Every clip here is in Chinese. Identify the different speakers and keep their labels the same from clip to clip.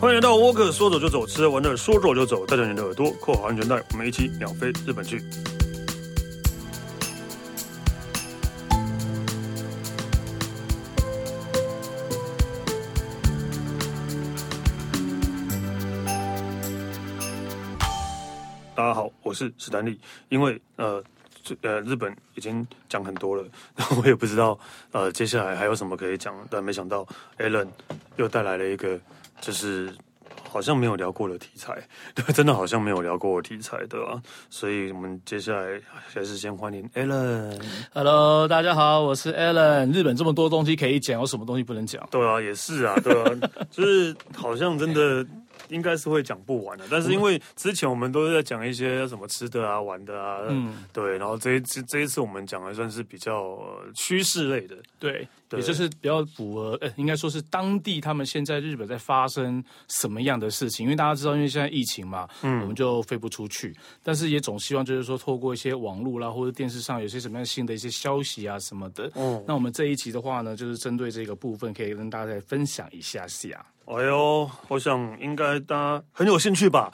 Speaker 1: 欢迎来到沃克，说走就走，吃完了说走就走，带着你的耳朵扣好安全带，我们一起秒飞日本去。大家好，我是史丹利。因为呃，这呃，日本已经讲很多了， 然后我也不知道呃，接下来还有什么可以讲，但没想到 Alan 又带来了一个就是好像没有聊过的题材， 对，真的好像没有聊过的题材，对吧、所以我们接下来还是先欢迎 Alan。
Speaker 2: Hello，大家好，我是 Alan。日本这么多东西可以讲，有什么东西不能讲？
Speaker 1: 对啊，也是啊，对啊，就是好像真的应该是会讲不完的、但是因为之前我们都是在讲一些什么吃的啊、玩的啊，嗯，对，然后这一次这一次我们讲的算是比较呃趋势类的，
Speaker 2: 对，
Speaker 1: 对
Speaker 2: 也就是比较符合，呃，应该说是当地他们现在日本在发生什么样的事情？因为大家知道，因为现在疫情嘛，嗯，我们就飞不出去，但是也总希望就是说，透过一些网络啦，或者电视上有些什么样新的一些消息啊什么的。
Speaker 1: 嗯
Speaker 2: 那我们这一集的话呢，就是针对这个部分，可以跟大家来分享一下下。
Speaker 1: 哎呦，我想应该大家很有兴趣 吧，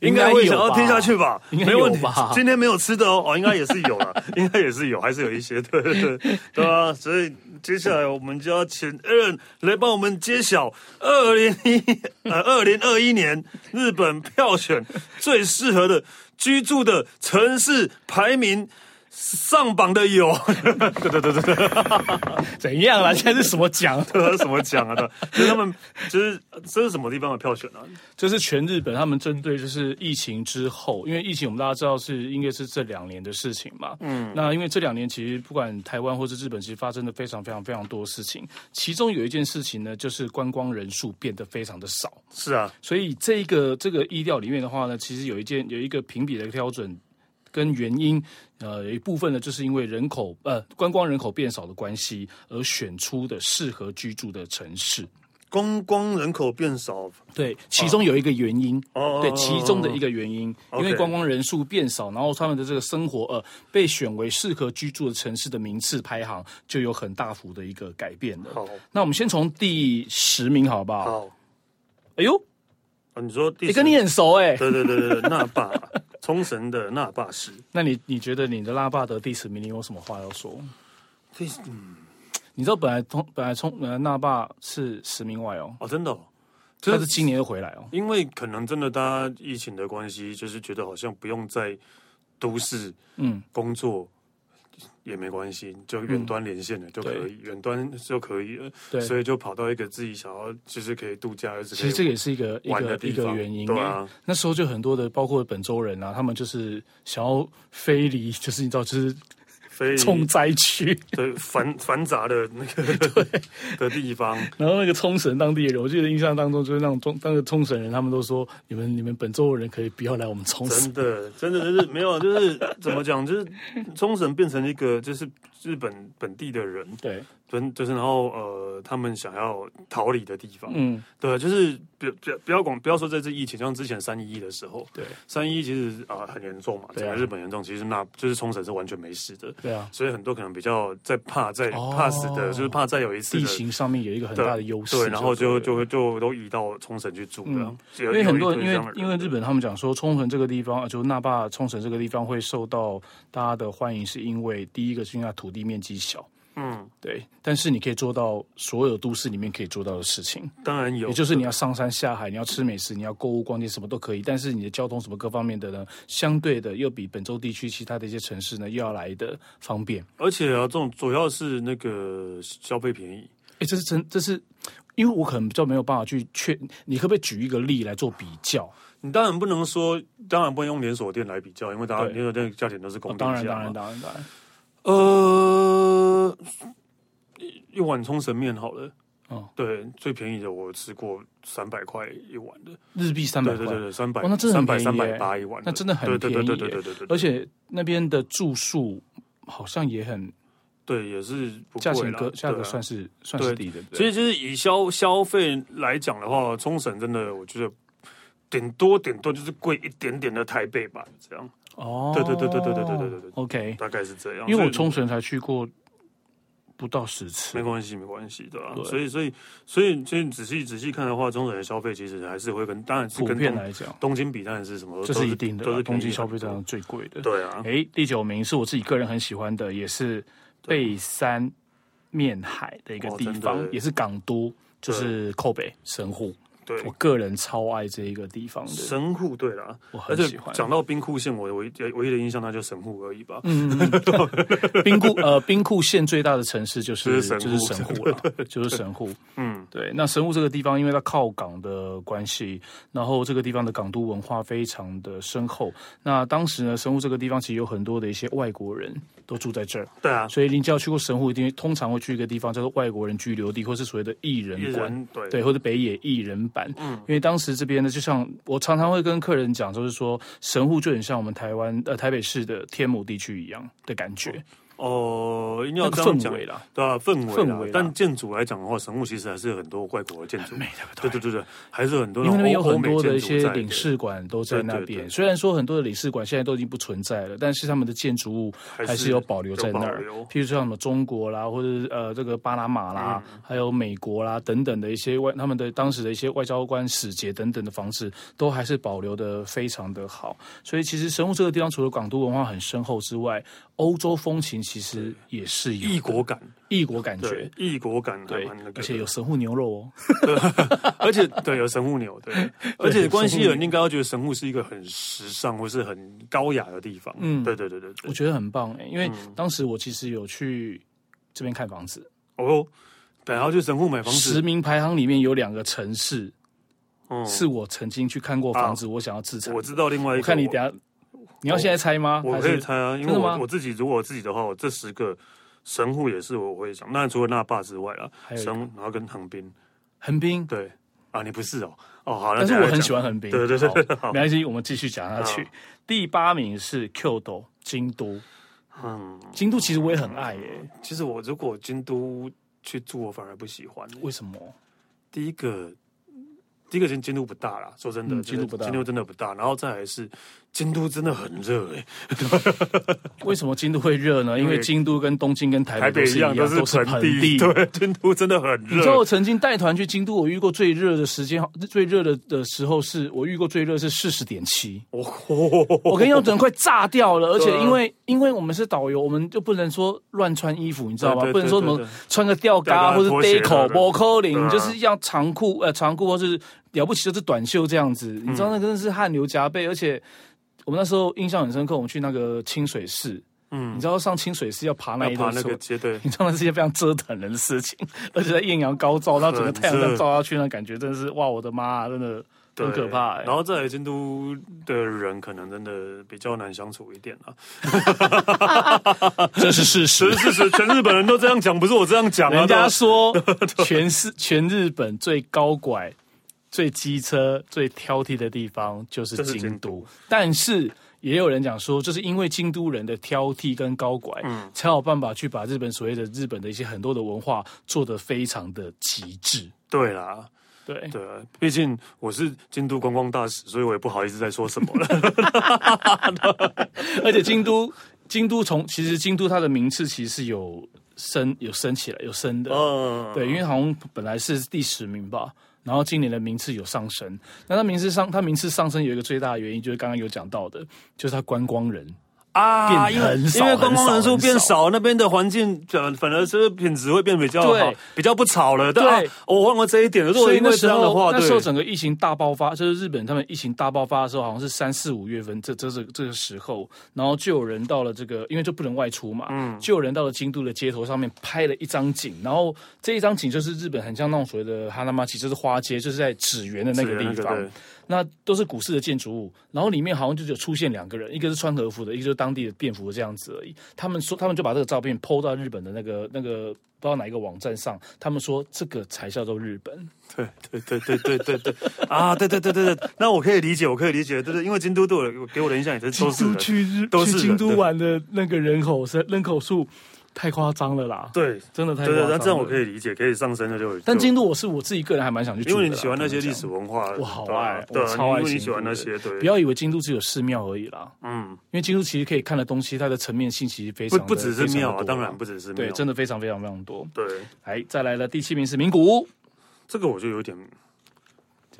Speaker 2: 应
Speaker 1: 应
Speaker 2: 该
Speaker 1: 该
Speaker 2: 有吧
Speaker 1: 会想要听下去吧，
Speaker 2: 应该
Speaker 1: 没问题
Speaker 2: 有吧
Speaker 1: 今天没有吃的哦，哦，应该也是 有了，应该也是有，还是有一些，对对对， 对啊，所以接下来我们就要请 Aaron 来帮我们揭晓二零一呃二零二一年日本票选最适合的居住的城市排名。上榜的有， 对对对对对，
Speaker 2: 怎样啦？现在是什么奖？
Speaker 1: 这什么奖啊？就是他们，就是这是什么地方的票选啊？
Speaker 2: 这是全日本他们针对就是疫情之后，因为疫情我们大家知道是应该是这两年的事情嘛，嗯，那因为这两年其实不管台湾或是日本，其实发生了非常非常非常多事情，其中有一件事情呢，就是观光人数变得非常的少，
Speaker 1: 是啊，
Speaker 2: 所以这一个这个意料里面的话呢，其实有一件有一个评比的标准跟原因，呃，有一部分呢，就是因为人口呃观光人口变少的关系，而选出的适合居住的城市。
Speaker 1: 观光人口变少，
Speaker 2: 对，其中有一个原因，
Speaker 1: 哦
Speaker 2: 对，其中的一个原因，因
Speaker 1: OK
Speaker 2: 为观光人数变少，然后他们的这个生活呃被选为适合居住的城市的名次排行就有很大幅的一个改变了。
Speaker 1: 好
Speaker 2: 那我们先从第十名好不好？
Speaker 1: 好，
Speaker 2: 哎呦，
Speaker 1: 啊你说第
Speaker 2: 你
Speaker 1: 十
Speaker 2: 跟你很熟哎、
Speaker 1: 对对对对对，那霸 冲绳的那霸市，
Speaker 2: 那你你觉得你的拉霸得第十名，你有什么话要说？
Speaker 1: 第十嗯
Speaker 2: 你知道本来通本来冲本来那霸是十名外哦，
Speaker 1: 哦真的、哦，
Speaker 2: 但是今年又回来哦。
Speaker 1: 因为可能真的大家疫情的关系，就是觉得好像不用在都市
Speaker 2: 嗯
Speaker 1: 工作。也没关系，就远端连线的就可以，远端就可以了。
Speaker 2: 嗯对
Speaker 1: 所以就跑到一个自己想要，就是可以度假，其
Speaker 2: 其实这个也是一个一
Speaker 1: 玩的
Speaker 2: 个
Speaker 1: 地
Speaker 2: 一个
Speaker 1: 方
Speaker 2: 原因、
Speaker 1: 对
Speaker 2: 欸
Speaker 1: 啊
Speaker 2: 那时候就很多的，包括本州人啊，他们就是想要飞离，就是你知道，就是
Speaker 1: 非
Speaker 2: 重灾区。
Speaker 1: 对繁 繁杂的那个的地方，
Speaker 2: 然后那个冲绳当地人，我记得印象当中就是那种冲那个冲绳人，他们都说你们你们本州人可以不要来我们冲绳。
Speaker 1: 真的，真的就是没有，就是怎么讲，就是冲绳变成一个就是日本本地的人，
Speaker 2: 对，
Speaker 1: 就是就是然后呃，他们想要逃离的地方，
Speaker 2: 嗯，
Speaker 1: 对，啊就是不不不要管，不要说这次疫情，像之前三一一的时候，
Speaker 2: 对，
Speaker 1: 三一一其实啊、很严重嘛，
Speaker 2: 对
Speaker 1: 整
Speaker 2: 啊
Speaker 1: 个日本严重，其实那就是冲绳是完全没事的，
Speaker 2: 对啊，
Speaker 1: 所以很多可能比较在怕在、
Speaker 2: 哦
Speaker 1: 怕死的，就是怕再有一次
Speaker 2: 地
Speaker 1: 的
Speaker 2: 形上面有一个很
Speaker 1: 对
Speaker 2: 大的优势。
Speaker 1: 对，然后
Speaker 2: 对
Speaker 1: 就
Speaker 2: 了
Speaker 1: 就就都移到冲绳去住的
Speaker 2: 嗯，
Speaker 1: 因
Speaker 2: 因为很多人，因为因为日本他们讲说，冲绳这个地方，呃就是那霸冲绳这个地方会受到大家的欢迎，是因为第一个是因为它土地面积小，
Speaker 1: 嗯，
Speaker 2: 对，但是你可以做到所有都市里面可以做到的事情，
Speaker 1: 当然有，
Speaker 2: 也就是你要上山下海，你要吃美食，你要购物逛街，什么都可以，但是你的交通什么各方面的呢，相对的又比本州地区其他的一些城市呢，又要来的方便。
Speaker 1: 而且啊，这种主要是那个消费便宜，
Speaker 2: 哎，这是真，这是因为我可能比较没有办法去确，你可不可以举一个例来做比较？
Speaker 1: 你当然不能说，当然不能用连锁店来比较，因为大家
Speaker 2: 对
Speaker 1: 连锁店的价钱都是公定价、
Speaker 2: 啊当然，当然，。当然，当然，
Speaker 1: 呃，一碗冲绳面好了。
Speaker 2: 哦
Speaker 1: 对，最便宜的我吃过三百块一碗的，
Speaker 2: 日币三百
Speaker 1: 对
Speaker 2: 块
Speaker 1: 对。对对，三百、
Speaker 2: 哦那真的
Speaker 1: 三
Speaker 2: 很
Speaker 1: 百
Speaker 2: 便宜耶
Speaker 1: 三百八一碗，
Speaker 2: 那真的很
Speaker 1: 对对
Speaker 2: 便宜
Speaker 1: 对
Speaker 2: 耶
Speaker 1: 对对对对对，
Speaker 2: 而且那边的住宿好像也很
Speaker 1: 对也是不
Speaker 2: 价
Speaker 1: 贵
Speaker 2: 钱
Speaker 1: 啦
Speaker 2: 格价格
Speaker 1: 对啊
Speaker 2: 算是算是低的，
Speaker 1: 其实就是以消消费来讲的话，冲绳真的我觉得顶多顶多就是贵一点点的台北吧，这样
Speaker 2: 哦，
Speaker 1: 对对对对对对对对对对
Speaker 2: OK，
Speaker 1: 大概是这样。
Speaker 2: 因为我
Speaker 1: 所以
Speaker 2: 冲绳才去过，不不到十次
Speaker 1: 没。关系，没关系，对吧、
Speaker 2: 对
Speaker 1: 所以，所以，所以，所以仔细仔细看的话，中等的消费其实还是会跟，当然是
Speaker 2: 普
Speaker 1: 跟
Speaker 2: 遍
Speaker 1: 东
Speaker 2: 来讲，
Speaker 1: 东京比，当然是什么都
Speaker 2: 这是一定的啦，
Speaker 1: 都是
Speaker 2: 东京
Speaker 1: 便宜
Speaker 2: 消费
Speaker 1: 很多
Speaker 2: 当中最贵的。
Speaker 1: 对啊，
Speaker 2: 诶，第九名是我自己个人很喜欢的，也是贝山面海的一个
Speaker 1: 哦
Speaker 2: 地
Speaker 1: 真的
Speaker 2: 方，
Speaker 1: 耶
Speaker 2: 也是港都，就是扣北神户。
Speaker 1: 对
Speaker 2: 我个人超爱这一个地方的，
Speaker 1: 神户，对啦，
Speaker 2: 我
Speaker 1: 而
Speaker 2: 很
Speaker 1: 且
Speaker 2: 喜欢。
Speaker 1: 讲到兵库县，我唯唯一的印象那就神户而已吧。
Speaker 2: 嗯，冰库呃，冰库县最大的城市就是
Speaker 1: 就是神户
Speaker 2: 就是神户了，就是神户。
Speaker 1: 嗯，
Speaker 2: 对，那神户这个地方，因为它靠港的关系，然后这个地方的港都文化非常的深厚。那当时呢，神户这个地方其实有很多的一些外国人都住在这儿，
Speaker 1: 对啊，
Speaker 2: 所以林教去过神户，一定通常会去一个地方叫做外国人居留地，或是所谓的
Speaker 1: 一
Speaker 2: 艺人馆。
Speaker 1: 人对
Speaker 2: 对，或者北野艺人版，嗯，因为当时这边呢，就像我常常会跟客人讲，就是说神户就很像我们台湾呃台北市的天母地区一样的感觉，
Speaker 1: 哦，一定要
Speaker 2: 那
Speaker 1: 这
Speaker 2: 个
Speaker 1: 样
Speaker 2: 氛
Speaker 1: 讲，
Speaker 2: 围啦，
Speaker 1: 对啊，氛围
Speaker 2: 氛
Speaker 1: 啦
Speaker 2: 围啦。
Speaker 1: 但建筑来讲的话，神户其实还是有很多外国的建 筑，
Speaker 2: 美的不
Speaker 1: 对对对对，还是有很多
Speaker 2: 因为那边有
Speaker 1: 种欧
Speaker 2: 很多的一
Speaker 1: 欧美建
Speaker 2: 些
Speaker 1: 筑在
Speaker 2: 领事馆都在那
Speaker 1: 对对
Speaker 2: 边，
Speaker 1: 对
Speaker 2: 虽然说很多的领事馆现在都已经不存在了，但是他们的建筑物还是有保留在那
Speaker 1: 有保
Speaker 2: 儿
Speaker 1: 留。
Speaker 2: 譬如说像什么中国啦，或者是呃这个巴拿马啦，
Speaker 1: 嗯
Speaker 2: 还有美国啦等等的一些外，他们的当时的一些外交官使节等等的房子，都还是保留的非常的好。所以其实神户这个地方除了港都文化很深厚之外，欧洲风情其实也是有
Speaker 1: 异国感，
Speaker 2: 异国感觉
Speaker 1: 对。异国感还
Speaker 2: 对
Speaker 1: 蛮那个，的，
Speaker 2: 而且有神户牛肉哦，
Speaker 1: 而且对有神户牛， 对，而且关西人应该要觉得神户是一个很时尚或是很高雅的地方。
Speaker 2: 嗯
Speaker 1: 嗯，对对对对
Speaker 2: 我
Speaker 1: 对。嗯
Speaker 2: 觉得很棒哎、因为当时我其实有去这边看房子，
Speaker 1: 哦，本来要去神户买房
Speaker 2: 实
Speaker 1: 子，
Speaker 2: 名排行里面有两个城市
Speaker 1: 嗯，啊
Speaker 2: 是我曾经去看过房子，我想要自产。
Speaker 1: 我知道另外一个，
Speaker 2: 我看你等下，你要现在猜吗？
Speaker 1: 我我
Speaker 2: 还
Speaker 1: 可以
Speaker 2: 是
Speaker 1: 猜啊，因为
Speaker 2: 真的吗
Speaker 1: 我我自己如果我自己的话，我这十个神户也是我会想，那除了那霸之外啦，
Speaker 2: 还有一
Speaker 1: 神
Speaker 2: 个
Speaker 1: 户然后跟横滨，
Speaker 2: 横滨？
Speaker 1: 对啊，你不是哦，哦好，那
Speaker 2: 但是
Speaker 1: 等下
Speaker 2: 我
Speaker 1: 再
Speaker 2: 很喜
Speaker 1: 讲
Speaker 2: 欢横滨。
Speaker 1: 对对对对
Speaker 2: 好没关系，我们继续讲下去。第八名是 Kyoto 京都，
Speaker 1: 嗯，
Speaker 2: 京都其实我也很爱耶、
Speaker 1: 其实我如果京都去住，我反而不喜欢。
Speaker 2: 为什么？
Speaker 1: 第一个，第一个京京都不大啦，说真的，真
Speaker 2: 嗯京
Speaker 1: 的
Speaker 2: 都不大
Speaker 1: 京都真的不大。然后再来是京都真的很热欸诶、
Speaker 2: 为什么京都会热呢？因为
Speaker 1: 对
Speaker 2: 京都跟东京跟台
Speaker 1: 台北
Speaker 2: 北都是
Speaker 1: 一样
Speaker 2: 都
Speaker 1: 是
Speaker 2: 是
Speaker 1: 盆
Speaker 2: 地。
Speaker 1: 对，京都真的很
Speaker 2: 你知道
Speaker 1: 热
Speaker 2: 我。曾经带团去京都，我遇过最热的时间，最热的的时候是我遇过最热是四十点七。我
Speaker 1: 我
Speaker 2: 跟耀整快炸掉了，而且
Speaker 1: 哦对啊
Speaker 2: 因为因为我们是导游，我们就不能说乱穿衣服，你知道吗？
Speaker 1: 对对
Speaker 2: 不能说什么
Speaker 1: 对对对
Speaker 2: 穿个吊
Speaker 1: 吊
Speaker 2: 嘎
Speaker 1: 嘎
Speaker 2: 或者
Speaker 1: 拖鞋
Speaker 2: d a c o
Speaker 1: 对对
Speaker 2: 摩扣领，
Speaker 1: 对啊
Speaker 2: 就是要长裤呃长裤或是了不起就是短袖这样子，
Speaker 1: 嗯
Speaker 2: 你知道那真的是汗流浃背，而且我们那时候印象很深刻，我们去那个清水寺，
Speaker 1: 嗯
Speaker 2: 你知道上清水寺要爬那
Speaker 1: 要
Speaker 2: 一
Speaker 1: 爬
Speaker 2: 段
Speaker 1: 那
Speaker 2: 树
Speaker 1: 个。街，对，
Speaker 2: 你知道那是一件非常折腾人的事情，而且在艳阳高照，然后整个太阳这样照下去，那感觉真的是哇，我的妈、真的
Speaker 1: 对
Speaker 2: 很可怕、欸。
Speaker 1: 然后再来京都的人可能真的比较难相处一点啊。
Speaker 2: 这是事实
Speaker 1: 全，事实，全日本人都这样讲，不是我这样讲啊。
Speaker 2: 人
Speaker 1: 对吧
Speaker 2: 家说全是全日本最高拐、最机车、最挑剔的地方就是
Speaker 1: 就是
Speaker 2: 京都，
Speaker 1: 京都
Speaker 2: 但是。也有人讲说，就是因为京都人的挑剔跟高拐，
Speaker 1: 嗯
Speaker 2: 才有办法去把日本所谓的日本的一些很多的文化做得非常的极致。
Speaker 1: 对啦，
Speaker 2: 对，
Speaker 1: 对啊，毕竟我是京都观光大使，所以我也不好意思再说什么了。
Speaker 2: 而且京都，京都从其实京都它的名次其实是有升有升起来有升的，
Speaker 1: 嗯，
Speaker 2: 对，因为好像本来是第十名吧，然后今年的名次有上升。那它名次上，它名次上升有一个最大的原因，就是刚刚有讲到的，就是它观光人。
Speaker 1: 啊，
Speaker 2: 变
Speaker 1: 因为
Speaker 2: 很少
Speaker 1: 因为观光人数变
Speaker 2: 很少
Speaker 1: 少，那边的环境反反而是品质会变比较好
Speaker 2: 对，
Speaker 1: 比较不吵了。但
Speaker 2: 对
Speaker 1: 啊我忘了这一点了。如果
Speaker 2: 所以
Speaker 1: 因
Speaker 2: 那
Speaker 1: 为这
Speaker 2: 时
Speaker 1: 样的
Speaker 2: 候，
Speaker 1: 话，
Speaker 2: 那时候
Speaker 1: 对，
Speaker 2: 整个疫情大爆发，就是日本他们疫情大爆发的时候，好像是三四五月份这这这这个时候，然后就有人到了这个，因为就不能外出嘛，
Speaker 1: 嗯
Speaker 2: 就有人到了京都的街头上面拍了一张景，然后这一张景就是日本很像那种所谓的哈纳马奇，就是花街，就是在纸园的那个
Speaker 1: 是啊
Speaker 2: 地
Speaker 1: 那个
Speaker 2: 方。
Speaker 1: 对
Speaker 2: 那都是古式的建筑物，然后里面好像就只有出现两个人，一个是穿和服的，一个就是当地的便服这样子而已。他们说，他们就把这个照片 PO 到日本的那个那个不知道哪一个网站上，他们说这个才叫做日本。
Speaker 1: 对对对对对对对啊，对对对对对，那我可以理解，我可以理解，对对，因为京都对我给我的印象也是都是人
Speaker 2: 去日
Speaker 1: 都是人
Speaker 2: 去京都玩的那个人口是人口数。太夸张了啦，
Speaker 1: 对
Speaker 2: 真的太
Speaker 1: 对
Speaker 2: 夸
Speaker 1: 对，
Speaker 2: 张
Speaker 1: 啊
Speaker 2: 了。
Speaker 1: 那这样我可以理解，可以上升的就。
Speaker 2: 但
Speaker 1: 就
Speaker 2: 京都我是我自己个人还蛮想去住的
Speaker 1: 因
Speaker 2: 啦，
Speaker 1: 为你喜欢那些
Speaker 2: 坦白
Speaker 1: 历
Speaker 2: 讲
Speaker 1: 史文化，
Speaker 2: 我好
Speaker 1: 对啊
Speaker 2: 爱
Speaker 1: 对
Speaker 2: 我
Speaker 1: 啊，
Speaker 2: 超爱
Speaker 1: 因为你
Speaker 2: 京
Speaker 1: 喜欢那
Speaker 2: 都的
Speaker 1: 些，对，
Speaker 2: 不要以为京都只有寺庙而已啦，
Speaker 1: 嗯，
Speaker 2: 因为京都其实可以看的东西，它的层面性其实非
Speaker 1: 不
Speaker 2: 常
Speaker 1: 不只是庙啊，
Speaker 2: 啊，
Speaker 1: 当然不只是
Speaker 2: 对，
Speaker 1: 庙，
Speaker 2: 真的非常非常非常多。
Speaker 1: 对，
Speaker 2: 来，再来了第七名是名古屋，
Speaker 1: 这个我就有点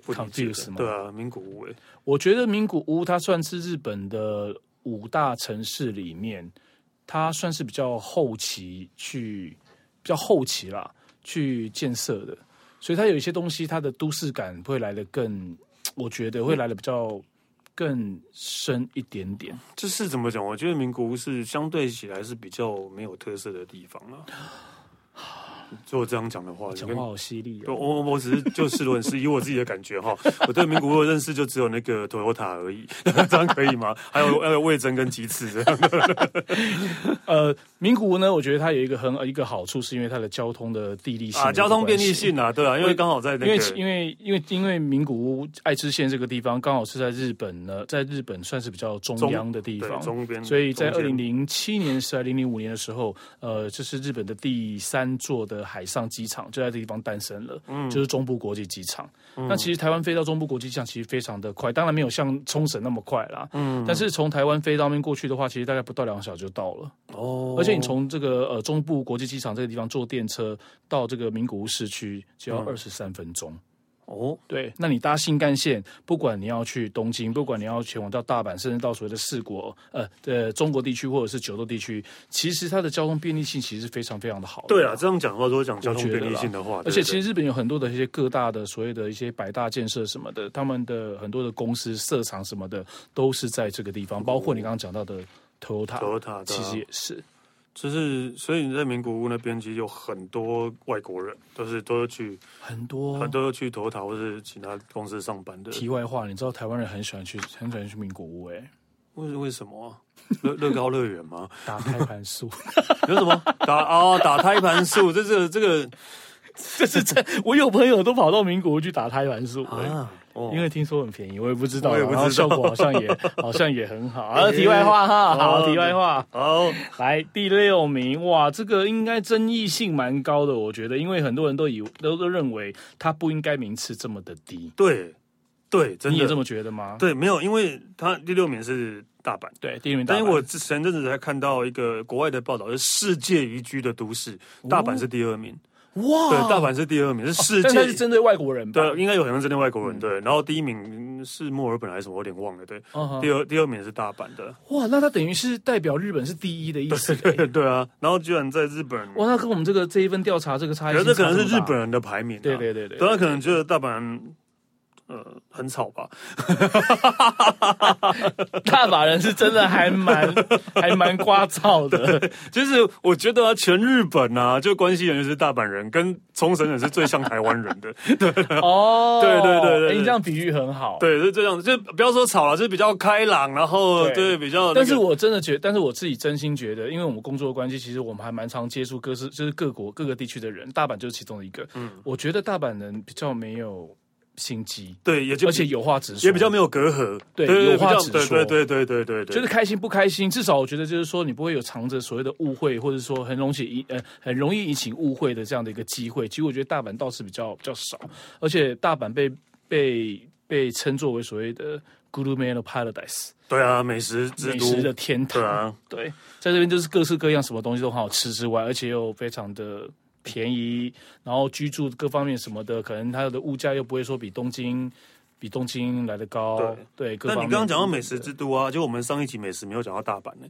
Speaker 1: 不理解
Speaker 2: Confuse
Speaker 1: 了，
Speaker 2: 吗
Speaker 1: 对啊，名古屋哎，
Speaker 2: 我觉得名古屋它算是日本的五大城市里面，它算是比较后期去比较后期啦去建设的，所以它有一些东西，它的都市感会来的更，我觉得会来的比较更深一点点。
Speaker 1: 这是怎么讲？我觉得名古屋是相对起来是比较没有特色的地方啊。如果这样讲的话，你
Speaker 2: 讲
Speaker 1: 跟
Speaker 2: 话好犀利
Speaker 1: 我
Speaker 2: 哦，
Speaker 1: 我我只是就事论事，以我自己的感觉哈，我对名古屋的认识就只有那个 Toyota 而已， 这样可以吗？还有还有味增跟鸡翅这样。
Speaker 2: 呃，名古屋呢，我觉得它有一个很一个好处，是因为它的交通的地利性
Speaker 1: 啊，
Speaker 2: 的
Speaker 1: 交通便利
Speaker 2: 关系
Speaker 1: 性啊，对啊，因为刚好在那
Speaker 2: 因为
Speaker 1: 个，
Speaker 2: 因为因为因为名古屋爱知县这个地方刚好是在日本呢，在日本算是比较中央的地
Speaker 1: 对
Speaker 2: 方，
Speaker 1: 中边，
Speaker 2: 所以在二
Speaker 1: 中间
Speaker 2: 零零七年是在零零五年的时候，呃，这、是日本的第三座的海上机场，就在这地方诞生了，
Speaker 1: 嗯
Speaker 2: 就是中部国际机场。那其实台湾飞到中部国际机场其实非常的快，当然没有像冲绳那么快啦，嗯，但是从台湾飞到那边过去的话，其实大概不到两个小时就到了。
Speaker 1: 哦，
Speaker 2: 而且你从这个呃中部国际机场这个地方坐电车到这个名古屋市区，只
Speaker 1: 嗯
Speaker 2: 要二十三分钟。
Speaker 1: 哦，
Speaker 2: 对，那你搭新干线，不管你要去东京，不管你要前往到大阪，甚至到所谓的四国，呃呃中国地区或者是九州地区，其实它的交通便利性其实是非常非常的好的。
Speaker 1: 对啊，这样讲的话，如果讲交通
Speaker 2: 我觉得
Speaker 1: 便利性的话，
Speaker 2: 而且
Speaker 1: 对
Speaker 2: 其
Speaker 1: 对
Speaker 2: 实日本有很多的一些各大的所谓的一些百大建设什么的，他们的很多的公司、设厂什么的都是在这个地方，包括你刚刚讲到的 Toyota，
Speaker 1: Toyota 对
Speaker 2: 其
Speaker 1: 啊
Speaker 2: 实也是。
Speaker 1: 就是，所以你在名古屋那边其实有很多外国人，都是都是去
Speaker 2: 很多
Speaker 1: 很多去投桃或是其他公司上班的。
Speaker 2: 题外话，你知道台湾人很喜欢去，很喜欢去名古屋哎、
Speaker 1: 为为什么啊？乐乐高乐园吗？
Speaker 2: 打胎盘素，
Speaker 1: 有什么打哦打胎盘术？这这个这个
Speaker 2: 这是真。我有朋友都跑到名古屋去打胎盘素、哎
Speaker 1: 啊，哦
Speaker 2: 因为听说很便宜，我也不知道啊，
Speaker 1: 我也不知道
Speaker 2: 然后效果好像也 好像也很 好。啊，
Speaker 1: 哎
Speaker 2: 题外话哈，好，
Speaker 1: 哦
Speaker 2: 题外话。
Speaker 1: 好
Speaker 2: 来第六名，哇，这个应该争议性蛮高的，我觉得，因为很多人都以都都认为它不应该名次这么的低，
Speaker 1: 对对，真
Speaker 2: 你也这
Speaker 1: 的
Speaker 2: 么觉得吗？
Speaker 1: 对，没有，因为他第六名是大阪。
Speaker 2: 对，第六名大阪，
Speaker 1: 但是我之前阵子才看到一个国外的报道，是世界宜居的都市，大阪是第二名。
Speaker 2: 哇，
Speaker 1: 对，大阪是第二名，是世
Speaker 2: 哦但
Speaker 1: 界。
Speaker 2: 它是嗯针对外国人吧？
Speaker 1: 对，啊应该有很多针对外国人对。然后第一名嗯是墨尔本还是什么，我有点忘了。对，
Speaker 2: 嗯哼
Speaker 1: 第二第二名是大阪 的。
Speaker 2: 哇，那它等于是代表日本是第一的意思。
Speaker 1: 对 对啊，然后居然在日本，
Speaker 2: 哇，那跟我们这个这一份调查这个差异
Speaker 1: 可是
Speaker 2: 性差
Speaker 1: 这
Speaker 2: 这
Speaker 1: 可
Speaker 2: 么大，
Speaker 1: 能是日本人的排名啊。
Speaker 2: 对对对对
Speaker 1: 对他可能觉得大阪呃很吵吧。
Speaker 2: 大把人是真的还蛮 还蛮聒噪的，
Speaker 1: 就是我觉得啊，全日本啊，就关西人就是大阪人，跟冲绳人是最像台湾人 的。
Speaker 2: 哦，
Speaker 1: 对对对对
Speaker 2: 哎你这样比喻很好。
Speaker 1: 对，是这样，就不要说吵了，就是比较开朗，然后
Speaker 2: 对
Speaker 1: 对比较那个、
Speaker 2: 但是我真的觉但是我自己真心觉得，因为我们工作的关系，其实我们还蛮常接触各是就是各国各个地区的人，大阪就是其中的一个。嗯，我觉得大阪人比较没有心机，
Speaker 1: 对也就
Speaker 2: 而且有话直说，
Speaker 1: 也比较没有隔阂，
Speaker 2: 对有
Speaker 1: 对
Speaker 2: 话
Speaker 1: 比较
Speaker 2: 直
Speaker 1: 对
Speaker 2: 说
Speaker 1: 对对对对对对，
Speaker 2: 就是开心不开心，至少我觉得就是说，你不会有藏着所谓的误会，或者说很容易引呃很容易引起误会的这样的一个机会。其实我觉得大阪倒是比较比较少，而且大阪被被被称作为所谓的 “Guru Man Paradise”
Speaker 1: 对啊，美食之
Speaker 2: 美
Speaker 1: 都，
Speaker 2: 食的天堂。
Speaker 1: 对啊，
Speaker 2: 对，在这边就是各式各样，什么东西都很好吃之外，而且又非常的便宜，然后居住各方面什么的，可能它的物价又不会说比东京比东京来的高。对，各
Speaker 1: 那
Speaker 2: 方
Speaker 1: 你
Speaker 2: 面
Speaker 1: 刚刚讲到美
Speaker 2: 等等
Speaker 1: 食
Speaker 2: 的
Speaker 1: 之都啊，就我们上一集美食没有讲到大阪呢、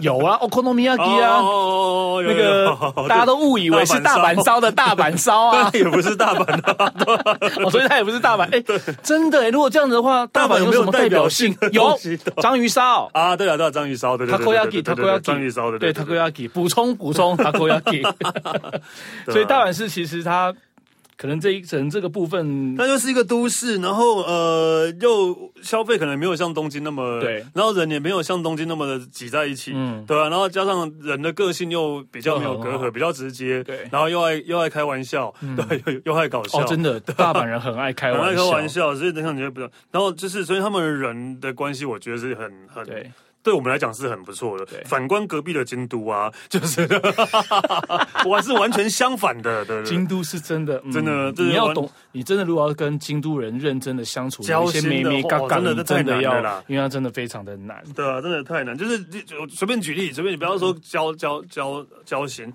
Speaker 2: 有啊，okonomiyaki
Speaker 1: 哦
Speaker 2: 啊。
Speaker 1: 哦哦哦，有有
Speaker 2: 那个
Speaker 1: 有
Speaker 2: 大家都误以为是大阪烧的大阪烧啊，
Speaker 1: 也不是大阪的、
Speaker 2: 哦，所以它也不是大阪。哎，真的哎，如果这样子的话，大阪有没有什么代表性？有
Speaker 1: 东西的
Speaker 2: 章鱼烧。
Speaker 1: 啊，对啊，对啊，章鱼烧，对对对对
Speaker 2: takoyaki
Speaker 1: 对对对
Speaker 2: takoyaki
Speaker 1: 章鱼烧的，
Speaker 2: 对
Speaker 1: 对啊
Speaker 2: takoyaki 补充补 充 takoyaki，所以大
Speaker 1: 阪，
Speaker 2: 阪市其实它可能这一整这个部分
Speaker 1: 那就是一个都市，然后呃，又消费可能没有像东京那么
Speaker 2: 对，
Speaker 1: 然后人也没有像东京那么的挤在一起，
Speaker 2: 嗯
Speaker 1: 对啊，然后加上人的个性又比较没有
Speaker 2: 都
Speaker 1: 隔
Speaker 2: 很好
Speaker 1: 阂，比较直接，
Speaker 2: 对
Speaker 1: 然后又爱又爱开玩笑，对，又又爱搞笑，
Speaker 2: 哦，真的大阪人很爱开
Speaker 1: 很爱
Speaker 2: 玩
Speaker 1: 开
Speaker 2: 笑，
Speaker 1: 玩笑，所以等一下你就不知道。然后就是，所以他们人的关系，我觉得是很很
Speaker 2: 对，
Speaker 1: 对我们来讲是很不错的
Speaker 2: 对。
Speaker 1: 反观隔壁的京都啊，就是 我还是完全相反的，对不对？
Speaker 2: 京都是真的，嗯
Speaker 1: 真的这是
Speaker 2: 你要
Speaker 1: 完
Speaker 2: 懂，你真的如果要跟京都人认真的相处，
Speaker 1: 交
Speaker 2: 有一些
Speaker 1: 心
Speaker 2: 眉
Speaker 1: 的
Speaker 2: 眉
Speaker 1: 话
Speaker 2: 嘎嘎，
Speaker 1: 真的
Speaker 2: 你
Speaker 1: 这
Speaker 2: 真
Speaker 1: 太
Speaker 2: 的
Speaker 1: 难
Speaker 2: 要
Speaker 1: 了啦，
Speaker 2: 因为它真的非常的难。
Speaker 1: 对啊，真的太难。就是我随便举例，随便你不要
Speaker 2: 嗯
Speaker 1: 说交交交交心，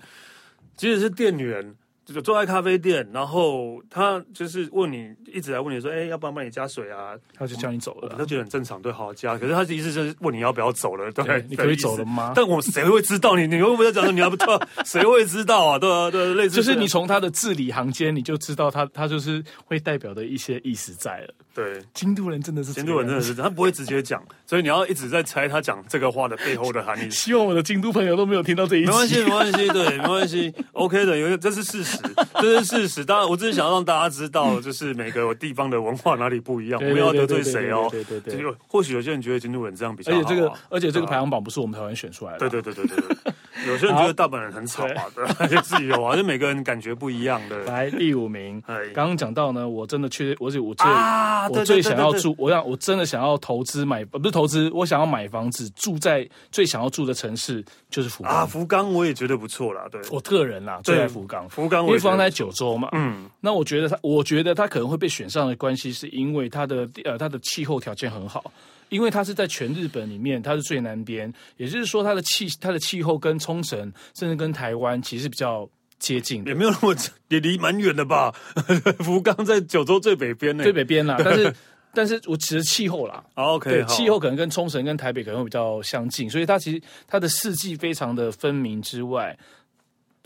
Speaker 1: 即使是店员，就坐在咖啡店，然后他就是问你，一直来问你说，哎、要不要帮你加水啊？
Speaker 2: 他就叫你走
Speaker 1: 我们
Speaker 2: 了
Speaker 1: 都。觉得很正常，对，好好加。可是他的意思就是问你要不要走了，对
Speaker 2: 对，你可以走了
Speaker 1: 吗？
Speaker 2: 吗？
Speaker 1: 但我谁会知道你？你为什么要讲说你要不要？谁会知道啊？对啊，对啊，类似
Speaker 2: 就是
Speaker 1: 这样
Speaker 2: 你从他的字里行间，你就知道他他就是会代表的一些意思在了。
Speaker 1: 对。
Speaker 2: 京都人真的是这
Speaker 1: 监
Speaker 2: 样
Speaker 1: 督人真的是，他不会直接讲，所以你要一直在猜他讲这个话的背后的含义。
Speaker 2: 希望我的京都朋友都没有听到这一 集。
Speaker 1: 没关系，没关系，对，没关系，OK 的，有这是事实，这是事实。当然，我只是想要让大家知道，就是每个地方的文化哪里不一样，
Speaker 2: 对对
Speaker 1: 不
Speaker 2: 对
Speaker 1: 要得罪谁哦。
Speaker 2: 对对对对对
Speaker 1: 就或许有些人觉得京都人这样比较
Speaker 2: 而
Speaker 1: 好啊，
Speaker 2: 且这个，而且这个
Speaker 1: 对
Speaker 2: 排
Speaker 1: 啊
Speaker 2: 行榜不是我们台湾选出来的。
Speaker 1: 对对对对对 对，有些人觉得大阪人很吵啊，对啊，也是有啊，就每个人感觉不一样的。
Speaker 2: 来第五名，
Speaker 1: 哎
Speaker 2: 刚刚讲到呢，我真的缺，我是我最、
Speaker 1: 啊
Speaker 2: 我
Speaker 1: 对对
Speaker 2: 最
Speaker 1: 对
Speaker 2: 想要
Speaker 1: 对对
Speaker 2: 住，我想我真的想要投资买，呃不是投资，我想要买房子，住在最想要住的城市就是福 冈。
Speaker 1: 啊，福冈我也觉得不错啦，对，
Speaker 2: 我个人啊啦，最爱福冈，
Speaker 1: 福冈
Speaker 2: 哦因
Speaker 1: 我
Speaker 2: 为
Speaker 1: 也
Speaker 2: 福冈
Speaker 1: 觉得
Speaker 2: 在九州嘛，嗯，那我觉得他，我觉得他可能会被选上的关系，是因为它的地呃它的气候条件很好，因为它是在全日本里面，它是最南边，也就是说它的气它的气候跟冲绳甚至跟台湾其实比较接近的
Speaker 1: 也没有那么 也离蛮远的吧。 福冈在九州最北边呢，
Speaker 2: 最北边啦，但是但是我指的气候 啦，
Speaker 1: 啊 OK，
Speaker 2: 对，
Speaker 1: 好
Speaker 2: 气候可能跟冲绳跟台北可能会比较相近，所以它其实它的四季非常的分明之外，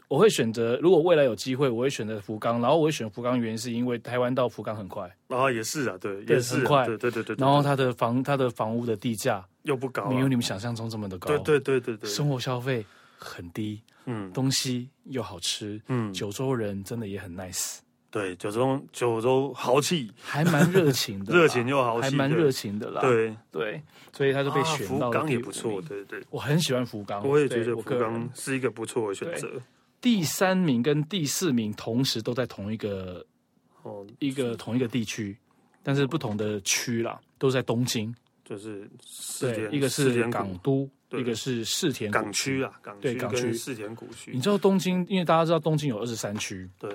Speaker 2: 我会选择如果未来有机会，我会选择福冈，然后我会选福冈，原因是因为台湾到福冈很快，
Speaker 1: 啊也是啊，对，
Speaker 2: 对
Speaker 1: 也是
Speaker 2: 很
Speaker 1: 啊，
Speaker 2: 快
Speaker 1: 对对对对，对
Speaker 2: 然后它的房它的房屋的地价
Speaker 1: 又不高啊，
Speaker 2: 没有你们想象中这么的高，
Speaker 1: 对对对对对，
Speaker 2: 生活消费很低，
Speaker 1: 嗯
Speaker 2: 东西又好吃，
Speaker 1: 嗯，
Speaker 2: 九州人真的也很 nice，
Speaker 1: 对，九州九州豪气，
Speaker 2: 还蛮热情的啦，
Speaker 1: 热情又豪气，
Speaker 2: 还蛮
Speaker 1: 对
Speaker 2: 热情的啦，
Speaker 1: 对，啊
Speaker 2: 对，所以他就被选
Speaker 1: 福
Speaker 2: 到了
Speaker 1: 冈
Speaker 2: 第
Speaker 1: 也
Speaker 2: 五
Speaker 1: 不错，
Speaker 2: 名。
Speaker 1: 对对。
Speaker 2: 我很喜欢福冈，
Speaker 1: 我也
Speaker 2: 对
Speaker 1: 觉得
Speaker 2: 我
Speaker 1: 福
Speaker 2: 个人
Speaker 1: 冈是一个不错的选择。
Speaker 2: 第三名跟第四名同时都在同一个
Speaker 1: 哦，
Speaker 2: 一个同一个地区，但是不同的区啦，都在东京。
Speaker 1: 就是四
Speaker 2: 对，
Speaker 1: 田，
Speaker 2: 一个
Speaker 1: 四
Speaker 2: 是
Speaker 1: 田
Speaker 2: 港
Speaker 1: 谷
Speaker 2: 都，
Speaker 1: 对
Speaker 2: 一个是世田谷
Speaker 1: 港区。啊，港
Speaker 2: 对
Speaker 1: 区
Speaker 2: 港区
Speaker 1: 跟四田谷区
Speaker 2: 你，知道东京，因为大家知道东京有二十三区，
Speaker 1: 对。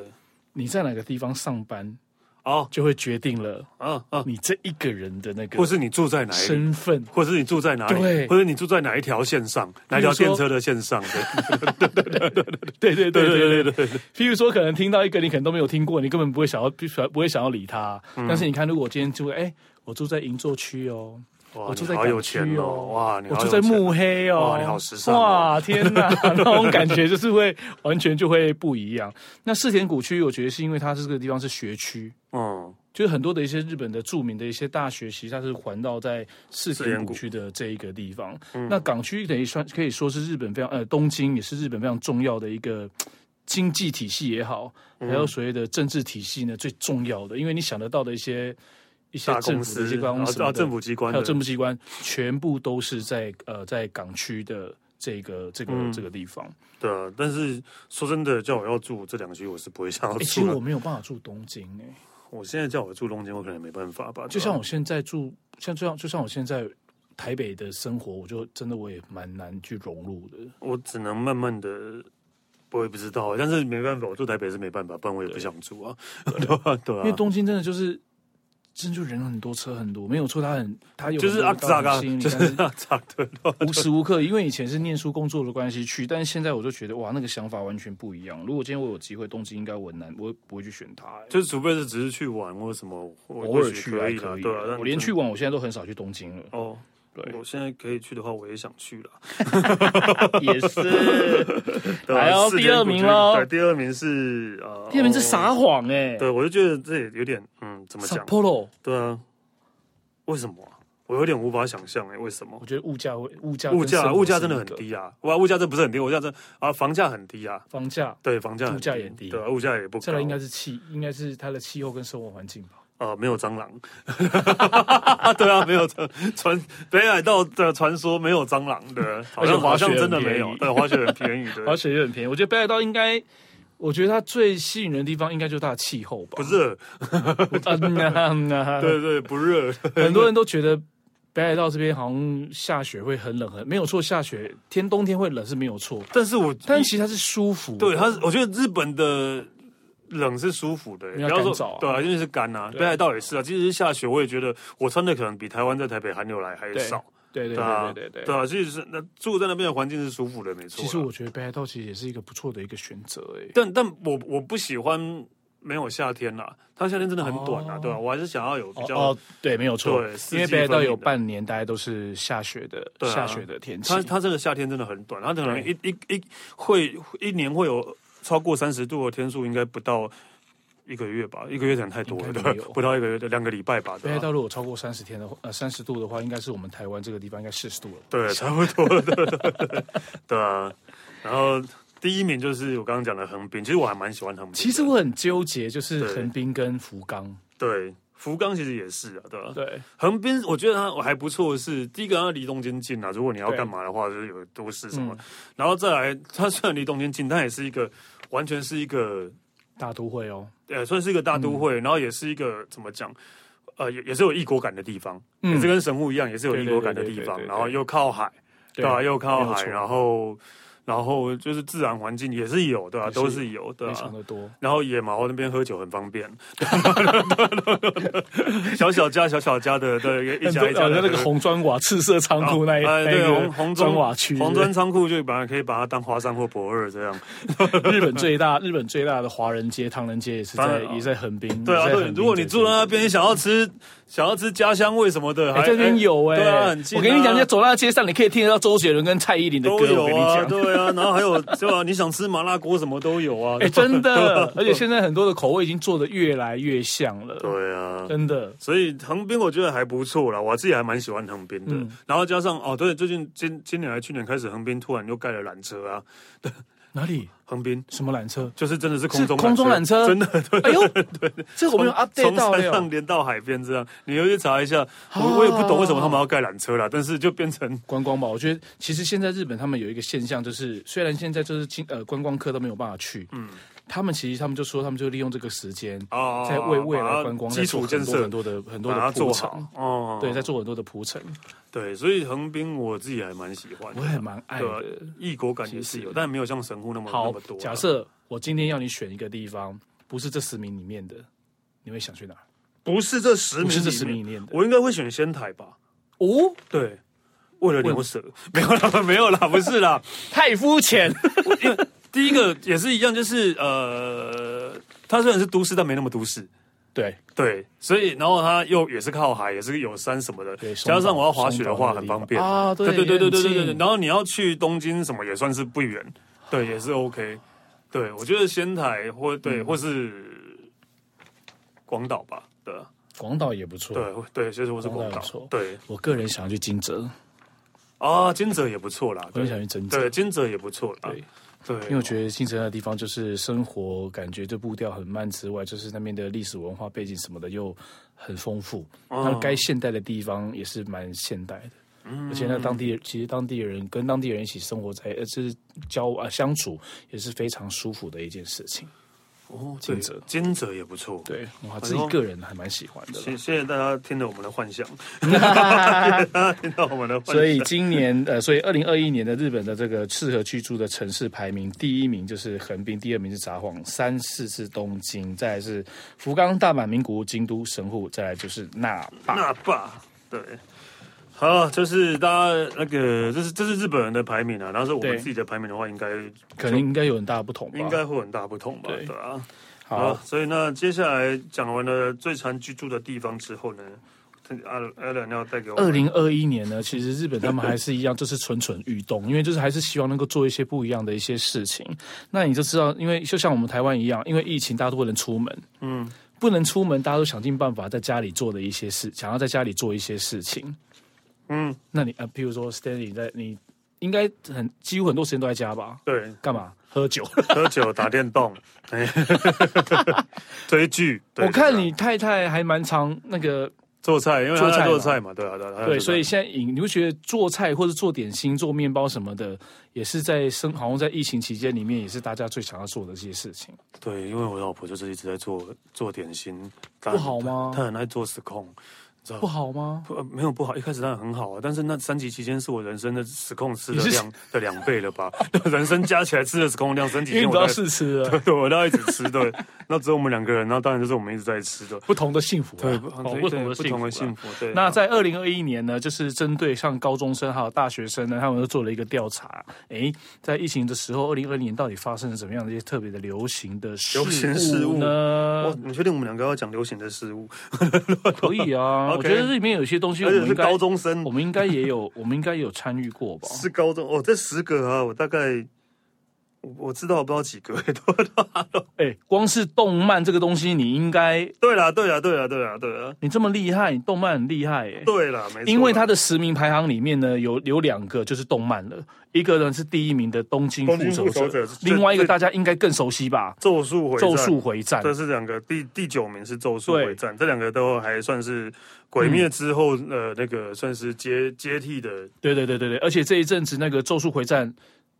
Speaker 2: 你在哪个地方上班，
Speaker 1: 哦
Speaker 2: 就会决定了
Speaker 1: 啊啊，
Speaker 2: 你这一个人的那
Speaker 1: 或
Speaker 2: 个
Speaker 1: 是你住在哪里，
Speaker 2: 身份。
Speaker 1: 或是你住在哪
Speaker 2: 对
Speaker 1: 里，或者你住在哪一条线上，哪一条电车的线上 的，
Speaker 2: 对对
Speaker 1: 对对
Speaker 2: 对对
Speaker 1: 对
Speaker 2: 对
Speaker 1: 对对对，
Speaker 2: 譬如说，可能听到一个你可能都没有听过，你根本不会想要不想不会想要理他。
Speaker 1: 嗯
Speaker 2: 但是你看，如果我今天住，哎，我住在银座区哦，
Speaker 1: 哇，
Speaker 2: 我住
Speaker 1: 你
Speaker 2: 在
Speaker 1: 好
Speaker 2: 港
Speaker 1: 有钱
Speaker 2: 区
Speaker 1: 哦
Speaker 2: 哦，
Speaker 1: 哇，你
Speaker 2: 我
Speaker 1: 好
Speaker 2: 住
Speaker 1: 有
Speaker 2: 在
Speaker 1: 钱
Speaker 2: 慕黑哦，
Speaker 1: 哇你好时尚哦
Speaker 2: 哇，天哪， 那种感觉就是会完全就会不一样。那世田谷区，我觉得是因为它这个地方是学区，
Speaker 1: 嗯，
Speaker 2: 就是很多的一些日本的著名的一些大学，其实它是环绕在世
Speaker 1: 世
Speaker 2: 田
Speaker 1: 田
Speaker 2: 谷
Speaker 1: 谷嗯
Speaker 2: 区的这一个地方。那港区等于算可以说是日本非常呃东京也是日本非常重要的一个。经济体系也好，
Speaker 1: 嗯
Speaker 2: 还有所谓的政治体系呢，最重要的，因为你想得到的一些一些
Speaker 1: 大
Speaker 2: 政
Speaker 1: 公
Speaker 2: 府的一
Speaker 1: 司
Speaker 2: 些办公室
Speaker 1: 啊，政府机关
Speaker 2: 还有
Speaker 1: 的，
Speaker 2: 政府机关，全部都是在呃在港区的这个这个、
Speaker 1: 嗯
Speaker 2: 这个地方。
Speaker 1: 对啊，但是说真的，叫我要住这两区，我是不会啊想要
Speaker 2: 诶哎其实
Speaker 1: 住
Speaker 2: 我
Speaker 1: 的。
Speaker 2: 没有办法住东京诶、
Speaker 1: 我现在叫我住东京，我可能没办法吧。
Speaker 2: 就
Speaker 1: 对啊
Speaker 2: 像我现在住，像就像就像我现在台北的生活，我就真的我也蛮难去融入的。
Speaker 1: 我只能慢慢的，我也不知道，但是没办法，我住台北是没办法，不然我也不想住啊， 对啊，对
Speaker 2: 因为
Speaker 1: 啊，
Speaker 2: 东京真的就是，真就人很多，车很多，没有错，它很它有
Speaker 1: 就是阿
Speaker 2: 很多
Speaker 1: 扎
Speaker 2: 很
Speaker 1: 啊，
Speaker 2: 吸引力
Speaker 1: 就
Speaker 2: 但
Speaker 1: 是
Speaker 2: 是
Speaker 1: 阿扎，对对
Speaker 2: 无时无刻，因为以前是念书工作的关系去，但是现在我就觉得哇，那个想法完全不一样。如果今天我有机会，东京应该我很难，我不会去选它、欸。
Speaker 1: 就是除非是只是去玩或什么，我
Speaker 2: 偶尔
Speaker 1: 或许
Speaker 2: 去
Speaker 1: 可
Speaker 2: 还
Speaker 1: 以
Speaker 2: 可
Speaker 1: 啦
Speaker 2: 以，
Speaker 1: 对啊，但
Speaker 2: 我连
Speaker 1: 真
Speaker 2: 去玩，我现在都很少去东 京了。
Speaker 1: 哦。
Speaker 2: 对
Speaker 1: 我现在可以去的话，我也想去了。
Speaker 2: 也 是，
Speaker 1: 对啊
Speaker 2: 来哦
Speaker 1: 四
Speaker 2: 第二
Speaker 1: 间古
Speaker 2: 名
Speaker 1: 居
Speaker 2: 喽
Speaker 1: 对，第二名是呃，
Speaker 2: 第二名是
Speaker 1: 哦
Speaker 2: 撒谎哎、
Speaker 1: 对，我就觉得这也有点，嗯，怎么
Speaker 2: 撒
Speaker 1: 讲？
Speaker 2: Polo，
Speaker 1: 对啊，为什么啊、我有点无法想象哎、为什么
Speaker 2: 我？觉得物价会物价
Speaker 1: 物价
Speaker 2: 跟生活
Speaker 1: 物价真的很
Speaker 2: 是一个，
Speaker 1: 低啊！哇，物价真的不是很低，物价真啊，房价很低啊，
Speaker 2: 房价
Speaker 1: 对，房价很
Speaker 2: 物价也低
Speaker 1: 对啊，物价也不高。
Speaker 2: 再来应该是气，应该是它的气候跟生活环境吧。
Speaker 1: 呃没有蟑螂， 对啊，没有蟑传北海道的传说没有蟑螂的，好
Speaker 2: 而且
Speaker 1: 像
Speaker 2: 滑
Speaker 1: 好
Speaker 2: 雪
Speaker 1: 像真的
Speaker 2: 很便
Speaker 1: 没
Speaker 2: 宜
Speaker 1: 有，对，滑雪很便宜，对，
Speaker 2: 而且也很便宜，我觉得北海道应该。我觉得它最吸引人的地方应该就是它的气候 吧，
Speaker 1: 不热，
Speaker 2: 啊嗯啊嗯啊
Speaker 1: 对对不热，
Speaker 2: 很多人都觉得北海道这边好像下雪会很冷很，没有错，下雪天冬天会冷是没有错，
Speaker 1: 但是我
Speaker 2: 但其实它是舒服的。
Speaker 1: 对它是，我觉得日本的冷是舒服的、
Speaker 2: 因为
Speaker 1: 不要
Speaker 2: 干燥
Speaker 1: 说
Speaker 2: 啊
Speaker 1: 对啊，因为是干啊，
Speaker 2: 对
Speaker 1: 北海道也是啊。即使是下雪，我也觉得我穿的可能比台湾在台北寒流来还
Speaker 2: 对
Speaker 1: 少。
Speaker 2: 对对
Speaker 1: 啊，
Speaker 2: 对对对
Speaker 1: 对。啊，其实是那住在那边的环境是舒服的，没错啦。
Speaker 2: 其实我觉得北海道其实也是一个不错的一个选择欸诶。
Speaker 1: 但但我我不喜欢没有夏天啦，它夏天真的很短啊，
Speaker 2: 哦
Speaker 1: 对啊，我还是想要有比较，
Speaker 2: 哦，对，没有错
Speaker 1: 对，四季
Speaker 2: 因为北海道
Speaker 1: 分明
Speaker 2: 有
Speaker 1: 的
Speaker 2: 半年大概都是下雪的，
Speaker 1: 对啊
Speaker 2: 下雪的天气
Speaker 1: 它。它这个夏天真的很短，它可能一一一会一年会有超过三十度的天数，应该不到。一个月吧，一个月可能太多了，
Speaker 2: 应该
Speaker 1: 对
Speaker 2: 没
Speaker 1: 吧
Speaker 2: 有，
Speaker 1: 不到一个月，两个礼拜吧，
Speaker 2: 北
Speaker 1: 对
Speaker 2: 海
Speaker 1: 吧？
Speaker 2: 道如果超过三十天的话，呃，三十度的话，应该是我们台湾这个地方应该四十度了。
Speaker 1: 对，差不多了，对对对对啊。然后第一名就是我刚刚讲的横滨，其实我还蛮喜欢横滨的。
Speaker 2: 其实我很纠结，就是
Speaker 1: 对
Speaker 2: 横滨跟福冈。
Speaker 1: 对福冈其实也是啊，对吧？
Speaker 2: 对，
Speaker 1: 横滨我觉得它还不错的是，第一个它离东京近啊，如果你要干嘛的话，就是有都市什么，
Speaker 2: 嗯
Speaker 1: 然后再来，它虽然离东京近，但也是一个完全是一个
Speaker 2: 大都会哦。
Speaker 1: 呃，算是一个大都
Speaker 2: 嗯
Speaker 1: 会，然后也是一个怎么讲，呃，也也是有异国感的地方，
Speaker 2: 嗯
Speaker 1: 也是跟神户一样，也是有异国感的地
Speaker 2: 对对对对
Speaker 1: 方，
Speaker 2: 对对
Speaker 1: 然后又靠海，对吧、又靠海，然
Speaker 2: 后
Speaker 1: 后然后就是自然环境也是有，对吧、啊
Speaker 2: 也是有
Speaker 1: 都是有，对
Speaker 2: 非
Speaker 1: 吧、
Speaker 2: 常的多。
Speaker 1: 然后野毛那边喝酒很方便， 小小家小小家的，对，一家一家
Speaker 2: 很
Speaker 1: 的
Speaker 2: 多那个红砖瓦赤色仓库那一
Speaker 1: 哎
Speaker 2: 那一
Speaker 1: 对
Speaker 2: 个
Speaker 1: 红红砖
Speaker 2: 砖瓦区，嗯
Speaker 1: 红砖仓库就把可以把它当华山或博二这样。
Speaker 2: 日本最大 日本最大的华人街唐人街也是
Speaker 1: 当
Speaker 2: 在
Speaker 1: 然啊
Speaker 2: 也在横滨。
Speaker 1: 对啊，
Speaker 2: 也在横
Speaker 1: 对，
Speaker 2: 滨
Speaker 1: 如果你
Speaker 2: 这
Speaker 1: 住在那
Speaker 2: 边
Speaker 1: 边，想要吃想要吃家乡味什么的，
Speaker 2: 哎，这边有哎、
Speaker 1: 对啊，很近啊
Speaker 2: 我跟你讲，你走到街上，你可以听得到周杰伦跟蔡依林的歌。
Speaker 1: 都有
Speaker 2: 我跟你
Speaker 1: 啊，
Speaker 2: 讲，
Speaker 1: 对啊，然后还有对吧？你想吃麻辣锅什么都有啊，
Speaker 2: 哎、真
Speaker 1: 对
Speaker 2: 的
Speaker 1: 啊，
Speaker 2: 而且现在很多的口味已经做的越来越像了，
Speaker 1: 对啊。
Speaker 2: 真的。
Speaker 1: 所以横滨我觉得还不错啦，我自己还蛮喜欢横滨的。
Speaker 2: 嗯
Speaker 1: 然后加上哦，对，最近今今年还去年开始，横滨突然又盖了缆车啊，
Speaker 2: 哪里
Speaker 1: 横滨
Speaker 2: 什么缆车？
Speaker 1: 就是真的是空中
Speaker 2: 是空中缆车
Speaker 1: 真的对
Speaker 2: 哎呦，这我们有
Speaker 1: 从
Speaker 2: update 到
Speaker 1: 山
Speaker 2: 了啊
Speaker 1: 上
Speaker 2: 哟。
Speaker 1: 连到海边这样，你要去查一下。我我也不懂为什么他们要盖缆车啦，但是就变成
Speaker 2: 观光吧，我觉得其实现在日本他们有一个现象，就是虽然现在就是经呃观光客都没有办法去，嗯，他们其实他们就说他们就利用这个时间，
Speaker 1: 哦
Speaker 2: 在为未来观光
Speaker 1: 把它基
Speaker 2: 在
Speaker 1: 础
Speaker 2: 做很
Speaker 1: 建
Speaker 2: 多
Speaker 1: 设
Speaker 2: 很多的很多
Speaker 1: 把它
Speaker 2: 的
Speaker 1: 做
Speaker 2: 铺陈，
Speaker 1: 好哦。
Speaker 2: 对，在做很多的铺陈，
Speaker 1: 对，所以横滨我自己还蛮喜欢的，
Speaker 2: 我也蛮爱
Speaker 1: 对啊
Speaker 2: 的。
Speaker 1: 异国感也是
Speaker 2: 其
Speaker 1: 有，
Speaker 2: 实
Speaker 1: 但没有像神户那么那
Speaker 2: 好
Speaker 1: 么多啊。，
Speaker 2: 假设我今天要你选一个地方，不是这十名里面的，你会想去哪儿？
Speaker 1: 不是这十
Speaker 2: 不
Speaker 1: 名，
Speaker 2: 是这十名里，面的
Speaker 1: 我应该会选仙台吧？
Speaker 2: 哦，
Speaker 1: 对，为了牛舌， 没有啦，没有啦，不是啦。
Speaker 2: 太肤浅。
Speaker 1: 第一个也是一样，就是呃，它虽然是都市，但没那么都市。
Speaker 2: 对，
Speaker 1: 对，所以然后它又也是靠海，也是有山什么的
Speaker 2: 对，松
Speaker 1: 加上
Speaker 2: 岛
Speaker 1: 我要滑雪的
Speaker 2: 松岛
Speaker 1: 话
Speaker 2: 那个
Speaker 1: 很
Speaker 2: 地方
Speaker 1: 方便
Speaker 2: 啊对
Speaker 1: 对对对对
Speaker 2: 也很
Speaker 1: 对对。
Speaker 2: 近
Speaker 1: 然后你要去东京什么也算是不远，对，也是 OK。对，我觉得仙台或对、或是广岛吧，对啊
Speaker 2: 广岛也不错。
Speaker 1: 对对，就是我是
Speaker 2: 广岛
Speaker 1: 广
Speaker 2: 也
Speaker 1: 岛
Speaker 2: 不错，
Speaker 1: 对
Speaker 2: 我个人想要去金泽，
Speaker 1: 啊，金泽也不错啦，
Speaker 2: 我
Speaker 1: 对
Speaker 2: 很想去金泽。
Speaker 1: 对，金泽也不错啦，
Speaker 2: 对
Speaker 1: 对，
Speaker 2: 因为我觉得金泽的地方就是生活感觉就步调很慢之外，就是那边的历史文化背景什么的又很丰富，
Speaker 1: 哦
Speaker 2: 它该现代的地方也是蛮现代的。而且那当地其实当地人跟当地人一起生活在呃，就是交啊相处也是非常舒服的一件事情。
Speaker 1: 哦，
Speaker 2: 金
Speaker 1: 对
Speaker 2: 泽
Speaker 1: 金泽也不错，
Speaker 2: 对，我自己个人还蛮喜欢的啦。
Speaker 1: 谢谢谢大家听了我们的幻想， 谢谢大家听到我们的幻想，
Speaker 2: 所以今年呃，所以二零二一年的日本的这个适合居住的城市排名，第一名就是横滨，第二名是札幌，三四是东京，再来是福冈、大阪、名古屋、京都、神户，再来就是那霸。
Speaker 1: 那霸，对。好，就是大家那个，这是这是日本人的排名啊，然后是我
Speaker 2: 对
Speaker 1: 们自己的排名的话，应该
Speaker 2: 可能应该有很大的不同吧。
Speaker 1: 应该会很大不同吧，
Speaker 2: 对
Speaker 1: 对啊。好，
Speaker 2: 好，
Speaker 1: 所以那接下来讲完了最常居住的地方之后呢，阿阿伦要带给我们
Speaker 2: 二零二一年呢，其实日本他们还是一样，就是蠢蠢欲动，因为就是还是希望能够做一些不一样的一些事情。那你就知道，因为就像我们台湾一样，因为疫情大家都不能出门，嗯，不能出门，大家都想尽办法在家里做的一些事，想要在家里做一些事情。
Speaker 1: 嗯，
Speaker 2: 那你啊，譬如说 Stanley 在你应该很几乎很多时间都在家吧？
Speaker 1: 对
Speaker 2: 干嘛？喝酒。
Speaker 1: 喝酒、打电动、 哎追剧。对
Speaker 2: 我看
Speaker 1: 对啊
Speaker 2: 你太太还蛮常那个
Speaker 1: 做菜，因为他在
Speaker 2: 做
Speaker 1: 做
Speaker 2: 菜
Speaker 1: 菜嘛，对啊，对啊。他在做
Speaker 2: 对，
Speaker 1: 菜
Speaker 2: 所以现在饮，你会觉得做菜或者做点心、做面包什么的，也是在生，好像在疫情期间里面，也是大家最想要做的这些事情，
Speaker 1: 对，因为我老婆就是一直在做做点心，
Speaker 2: 不好吗
Speaker 1: 她很爱做司控，知道
Speaker 2: 不好吗？
Speaker 1: 不呃没有不好，一开始当然很好啊，但是那三级期间是我人生的死控吃
Speaker 2: 你
Speaker 1: 的
Speaker 2: 是
Speaker 1: 量的两倍了吧？ 人生加起来吃的死控量，三级
Speaker 2: 因
Speaker 1: 期间我
Speaker 2: 为你都
Speaker 1: 大
Speaker 2: 要
Speaker 1: 概
Speaker 2: 试吃了，
Speaker 1: 对， 我都要一直吃，对。那只有我们两个人，那当然就是我们一直在吃的。
Speaker 2: 不同的幸福
Speaker 1: 对，
Speaker 2: 啦，
Speaker 1: 不
Speaker 2: 哦
Speaker 1: 对
Speaker 2: 不
Speaker 1: 对
Speaker 2: 同的
Speaker 1: 不同的
Speaker 2: 幸
Speaker 1: 幸
Speaker 2: 福啦。啊
Speaker 1: 福，对。
Speaker 2: 那在二零二一年呢，就是针对像高中生还有大学生呢，他们都做了一个调查。诶，在疫情的时候，二零二零年到底发生了怎么样的一些特别的流行的事
Speaker 1: 流行事
Speaker 2: 物
Speaker 1: 物
Speaker 2: 呢
Speaker 1: 哦，？你确定我们两个要讲流行的事物，
Speaker 2: 可以啊，我
Speaker 1: OK
Speaker 2: 觉得这里面有些东西我
Speaker 1: 而
Speaker 2: 们
Speaker 1: 且
Speaker 2: 应
Speaker 1: 是
Speaker 2: 该
Speaker 1: 高，中生
Speaker 2: 我，们应该也有， 我们应该也有参与过 吧？
Speaker 1: 是高中哦，这十个啊，我大概我我知道不知道几个，欸 对
Speaker 2: 哎，光是动漫这个东西，你应该
Speaker 1: 对啦，对啦，对啦，对啦，对啦，
Speaker 2: 你这么厉害，你动漫很厉害耶。
Speaker 1: 对啦，没错啦，
Speaker 2: 因为它的十名排行里面呢，有有两个就是动漫了，一个呢是第一名的《东京复
Speaker 1: 东京
Speaker 2: 仇
Speaker 1: 复仇
Speaker 2: 者
Speaker 1: 者》，这
Speaker 2: 另外一个
Speaker 1: 这
Speaker 2: 大家应该更熟悉吧，
Speaker 1: 咒术
Speaker 2: 《
Speaker 1: 回
Speaker 2: 咒
Speaker 1: 战
Speaker 2: 术回战》
Speaker 1: 这是两个，第第九名是《咒术
Speaker 2: 对嗯
Speaker 1: 回战》，这两个都还算是《鬼灭》之后、呃那个算是接接替的，
Speaker 2: 对对对对对，而且这一阵子那个《咒术回战》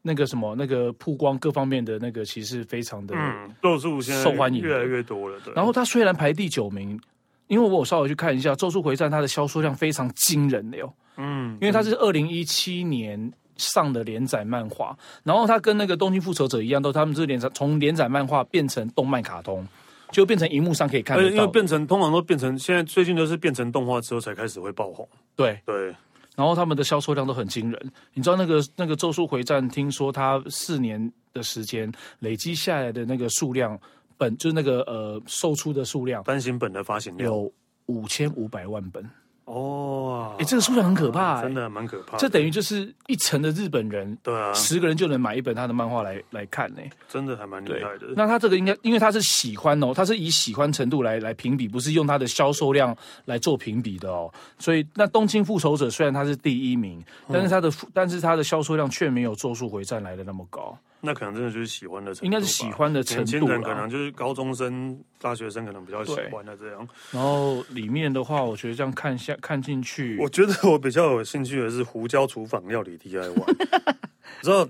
Speaker 2: 那个什么那个曝光各方面的那个其实非常的，
Speaker 1: 嗯，咒术现在
Speaker 2: 受欢迎的
Speaker 1: 越来越多了，对。
Speaker 2: 然后它虽然排第九名。因为我有稍微去看一下《咒术回战》，它的销售量非常惊人的哟、
Speaker 1: 嗯，
Speaker 2: 因为它是二零一七年上的连载漫画，然后它跟那个《东京复仇者》一样，都他们是连载从连载漫画变成动漫卡通，就变成荧幕上可以看
Speaker 1: 而且
Speaker 2: 得
Speaker 1: 呃因为
Speaker 2: 到。
Speaker 1: 变成通常都变成现在最近都是变成动画之后才开始会爆红，
Speaker 2: 对，
Speaker 1: 对，
Speaker 2: 然后他们的销售量都很惊人。你知道那个那个《咒术回战》，听说它四年的时间累积下来的那个数量，本就是那个呃售出的数量
Speaker 1: 单行本的发行量
Speaker 2: 有五千五百万本，
Speaker 1: 哦，
Speaker 2: 哎、这个数量很可怕、
Speaker 1: 啊
Speaker 2: 哎
Speaker 1: 真。的蛮可怕的，
Speaker 2: 这等于就是一层的日本人，
Speaker 1: 对啊，
Speaker 2: 十个人就能买一本他的漫画来来看呢、哎
Speaker 1: 真的还蛮厉
Speaker 2: 对
Speaker 1: 害的。
Speaker 2: 那他这个应该，因为他是喜欢哦，他是以喜欢程度来来评比，不是用他的销售量来做评比的哦。所以，那《东京复仇者》虽然他是第一名，
Speaker 1: 嗯
Speaker 2: 但是他的、但是他的销售量却没有《咒术回战》来的那么高。
Speaker 1: 那可能真的就是喜欢的程度吧，啊
Speaker 2: 应该是喜欢的程度啦
Speaker 1: 年轻人可能就是高中生、大学生可能比较喜
Speaker 2: 对
Speaker 1: 欢的这样。
Speaker 2: 然后里面的话，我觉得这样看下看进去
Speaker 1: 我，觉得我比较有兴趣的是胡椒厨房料理 DIY。你 知道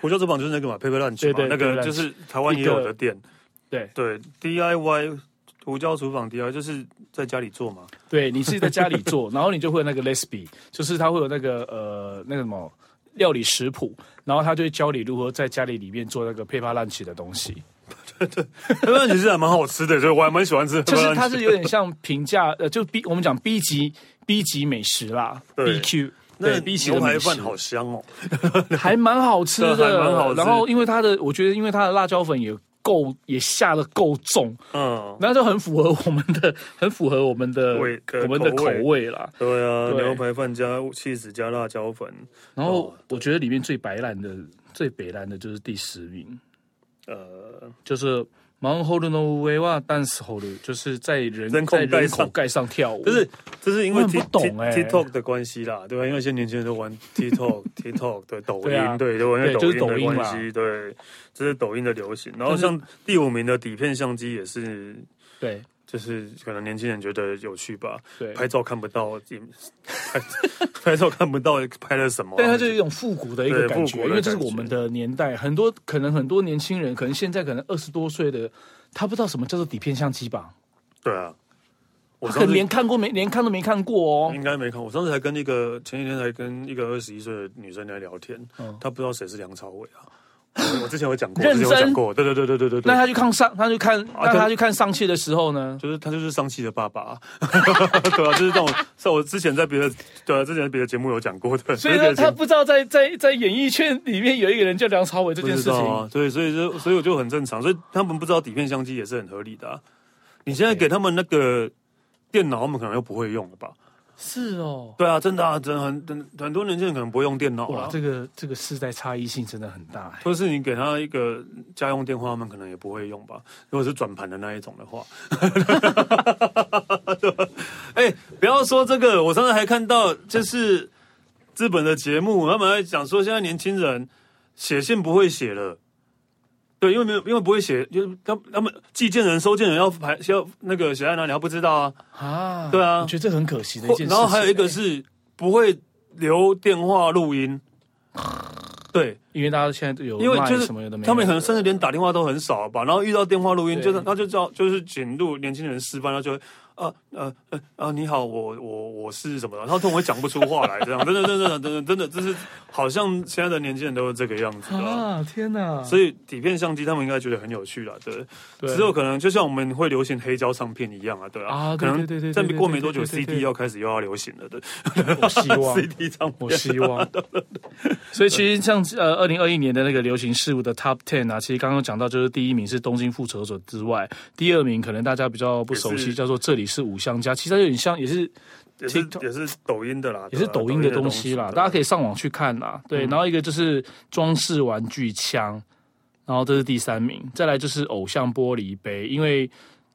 Speaker 1: 胡椒厨房就是那个嘛，佩佩乱吃嘛
Speaker 2: 对，对
Speaker 1: 那
Speaker 2: 佩佩
Speaker 1: 个
Speaker 2: 乱吃
Speaker 1: 就是台湾也有的店。
Speaker 2: 对
Speaker 1: 对，DIY 胡椒厨房 DIY 就是在家里做嘛。
Speaker 2: 对你自己在家里做， 然后你就会有那个 recipe，就是他会有那个呃那个什么料理食谱，然后他就会教你如何在家里里面做那个配巴烂起的东西。
Speaker 1: 佩佩乱其实还蛮好吃的，所以我还蛮喜欢吃佩
Speaker 2: 就
Speaker 1: 佩
Speaker 2: 是
Speaker 1: 乱
Speaker 2: 它
Speaker 1: 奇。
Speaker 2: 是有点像平价，呃，就 B 我们讲 B 级 B 级美食啦
Speaker 1: 对
Speaker 2: ，B Q
Speaker 1: 那
Speaker 2: 对 B 级
Speaker 1: 牛
Speaker 2: 的
Speaker 1: 排
Speaker 2: 美食
Speaker 1: 饭好香哦，
Speaker 2: 还蛮好吃 的，
Speaker 1: 对还蛮好吃
Speaker 2: 然后因为它的，我觉得因为它的辣椒粉也够，也下的够重，
Speaker 1: 嗯，
Speaker 2: 那就很符合我们的，很符合我们的
Speaker 1: 味
Speaker 2: 我们的
Speaker 1: 口
Speaker 2: 口
Speaker 1: 味
Speaker 2: 味啦。
Speaker 1: 对啊，
Speaker 2: 对
Speaker 1: 牛排饭加 cheese 加辣椒粉，
Speaker 2: 然
Speaker 1: 哦
Speaker 2: 后我觉得里面最白烂的、最北烂的就是第十名，
Speaker 1: 呃，
Speaker 2: 就是。忙后的 no way 哇，dance 后的就是在人
Speaker 1: 人孔
Speaker 2: 在
Speaker 1: 盖
Speaker 2: 人
Speaker 1: 上
Speaker 2: 口盖上跳舞，
Speaker 1: 就是就是因为
Speaker 2: 我很
Speaker 1: T
Speaker 2: 不懂欸
Speaker 1: T TikTok 的关系啦，对吧？因为现在年轻人都玩 TikTok TikTok 对抖
Speaker 2: 对啊
Speaker 1: 音，对，都
Speaker 2: 对
Speaker 1: 玩
Speaker 2: 就是
Speaker 1: 抖
Speaker 2: 抖
Speaker 1: 音
Speaker 2: 音
Speaker 1: 的
Speaker 2: 嘛
Speaker 1: 关系，对，这是抖音的流行。然后
Speaker 2: 但是
Speaker 1: 像第五名的底片相机也是，
Speaker 2: 对
Speaker 1: 就是可能年轻人觉得有趣吧，
Speaker 2: 对，
Speaker 1: 拍照看不到，也拍拍照看不到拍了什么，
Speaker 2: 但它就有一种复古的一个
Speaker 1: 哦对
Speaker 2: 感
Speaker 1: 复
Speaker 2: 觉，
Speaker 1: 古的
Speaker 2: 因为这是我
Speaker 1: 感觉
Speaker 2: 们的年代，很多可能很多年轻人，可能现在可能二十多岁的，他不知道什么叫做底片相机吧？
Speaker 1: 对啊。我
Speaker 2: 他
Speaker 1: 上
Speaker 2: 可能
Speaker 1: 次嗯
Speaker 2: 连看过没，连看都没看过哦。
Speaker 1: 应该没看，我上次还跟一个前几天才跟一个二十一岁的女生在聊天，
Speaker 2: 嗯
Speaker 1: 她不知道谁是梁朝伟啊。我我之前有讲过，
Speaker 2: 认
Speaker 1: 之
Speaker 2: 真
Speaker 1: 前有讲过，对对对对对对对
Speaker 2: 那。他去看上，他去看，那
Speaker 1: 对
Speaker 2: 他去看上汽的时候呢？
Speaker 1: 就是他就是上汽的爸爸、 对啊，就是这种，像我之前在别的对啊，之前在别的节目有讲过的，
Speaker 2: 所以
Speaker 1: 别
Speaker 2: 呢，
Speaker 1: 的节
Speaker 2: 他
Speaker 1: 目
Speaker 2: 不知道在在在演艺圈里面有一个人叫梁朝伟这
Speaker 1: 不
Speaker 2: 件
Speaker 1: 知
Speaker 2: 事
Speaker 1: 道
Speaker 2: 情。
Speaker 1: 啊，对，所以就所以我就很正常，所以他们不知道底片相机也是很合理的、啊。你现在给他们那个电脑，他们可能又不会用了吧？
Speaker 2: 是哦，
Speaker 1: 对啊，真的啊，真的很很很多年轻人可能不会用电脑
Speaker 2: 哇，
Speaker 1: 啊。
Speaker 2: 这个这个世代差异性真的很大哎。
Speaker 1: 或是你给他一个家用电话，他们可能也不会用吧。如果是转盘的那一种的话， 哎、不要说这个，我上次还看到就是日本的节目，他们还讲说现在年轻人写信不会写了。对，因为没有，因为不会写，就是他们他们寄件人、收件人要排要那个写在哪里，他不知道啊。
Speaker 2: 啊，
Speaker 1: 对啊
Speaker 2: 我觉得这很可惜的一件事情。
Speaker 1: 然后还有一个
Speaker 2: 哎
Speaker 1: 是不会留电话录音，对，
Speaker 2: 因为大家现在有
Speaker 1: 因为就
Speaker 2: 卖
Speaker 1: 是
Speaker 2: 什么有的没有的，
Speaker 1: 他们可能甚至连打电话都很少吧，然后遇到电话录音，
Speaker 2: 对
Speaker 1: 就是他就知道就是简录年轻人示范，他就会啊呃呃啊你好，我我我是什么的，然后他会讲不出话来，这样真的真的真的真的，这是好像现在的年轻人都是这个样子的。
Speaker 2: 啊，天哪！
Speaker 1: 所以底片相机他们应该觉得很有趣啦，对，
Speaker 2: 对
Speaker 1: 只有可能就像我们会流行黑胶唱片一样啊，对
Speaker 2: 啊
Speaker 1: 可
Speaker 2: 对
Speaker 1: 能
Speaker 2: 对对对
Speaker 1: 再
Speaker 2: 对对
Speaker 1: 过没多久
Speaker 2: 对对对对啊
Speaker 1: CD 要开始又要流行了，对
Speaker 2: 我希 望，
Speaker 1: ，CD 唱
Speaker 2: 我
Speaker 1: 片，
Speaker 2: 希 望。所以其实像呃，二零二一年的那个流行事物的 Top Ten 啊，其实刚刚讲到，就是第一名是《东京复仇者》之外，第二名可能大家比较不熟
Speaker 1: 也
Speaker 2: 悉，
Speaker 1: 是
Speaker 2: 叫做《这里是五香家》，其实它有点像，也是
Speaker 1: 也是
Speaker 2: TikTok
Speaker 1: 也是抖音的啦，
Speaker 2: 也是
Speaker 1: 对啊
Speaker 2: 呃抖音的东西嗯啦，大家可
Speaker 1: 以
Speaker 2: 以上网去看啦。对，然后一个就是装饰玩具枪，然后这是第三名，再来就是偶像玻璃杯，因为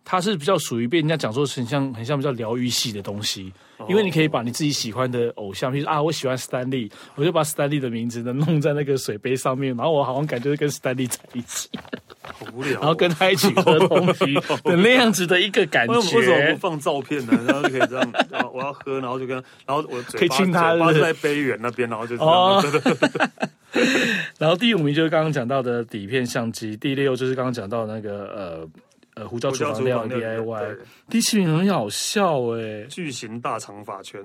Speaker 2: 它是比较属于被人家讲说是很像很像比较疗愈系的东西，因为你可以把你自己喜欢的偶像，譬如说啊，我喜欢斯丹利，我就把斯丹利的名字呢弄在那个水杯上面，然后我好像感觉是跟斯丹利在一起，
Speaker 1: 好无聊哦，
Speaker 2: 然后跟他一起喝 东西的那样子的一个感
Speaker 1: 哎为什么为什么
Speaker 2: 觉
Speaker 1: 不。放照片 呢？然后就可以这样，啊我要喝，然后就跟，然后我嘴巴
Speaker 2: 可以亲他
Speaker 1: 嘴巴
Speaker 2: 是
Speaker 1: 是
Speaker 2: 不是
Speaker 1: 在杯缘那边，然后就这样。
Speaker 2: 哦然后第五名就是刚刚讲到的底片相机，第六就是刚刚讲到那个呃呃胡椒
Speaker 1: 我
Speaker 2: 厨
Speaker 1: 叫
Speaker 2: 房
Speaker 1: 厨
Speaker 2: 料
Speaker 1: 房料
Speaker 2: DIY，
Speaker 1: 对
Speaker 2: 第七名很好笑哎、
Speaker 1: 巨型大长发圈，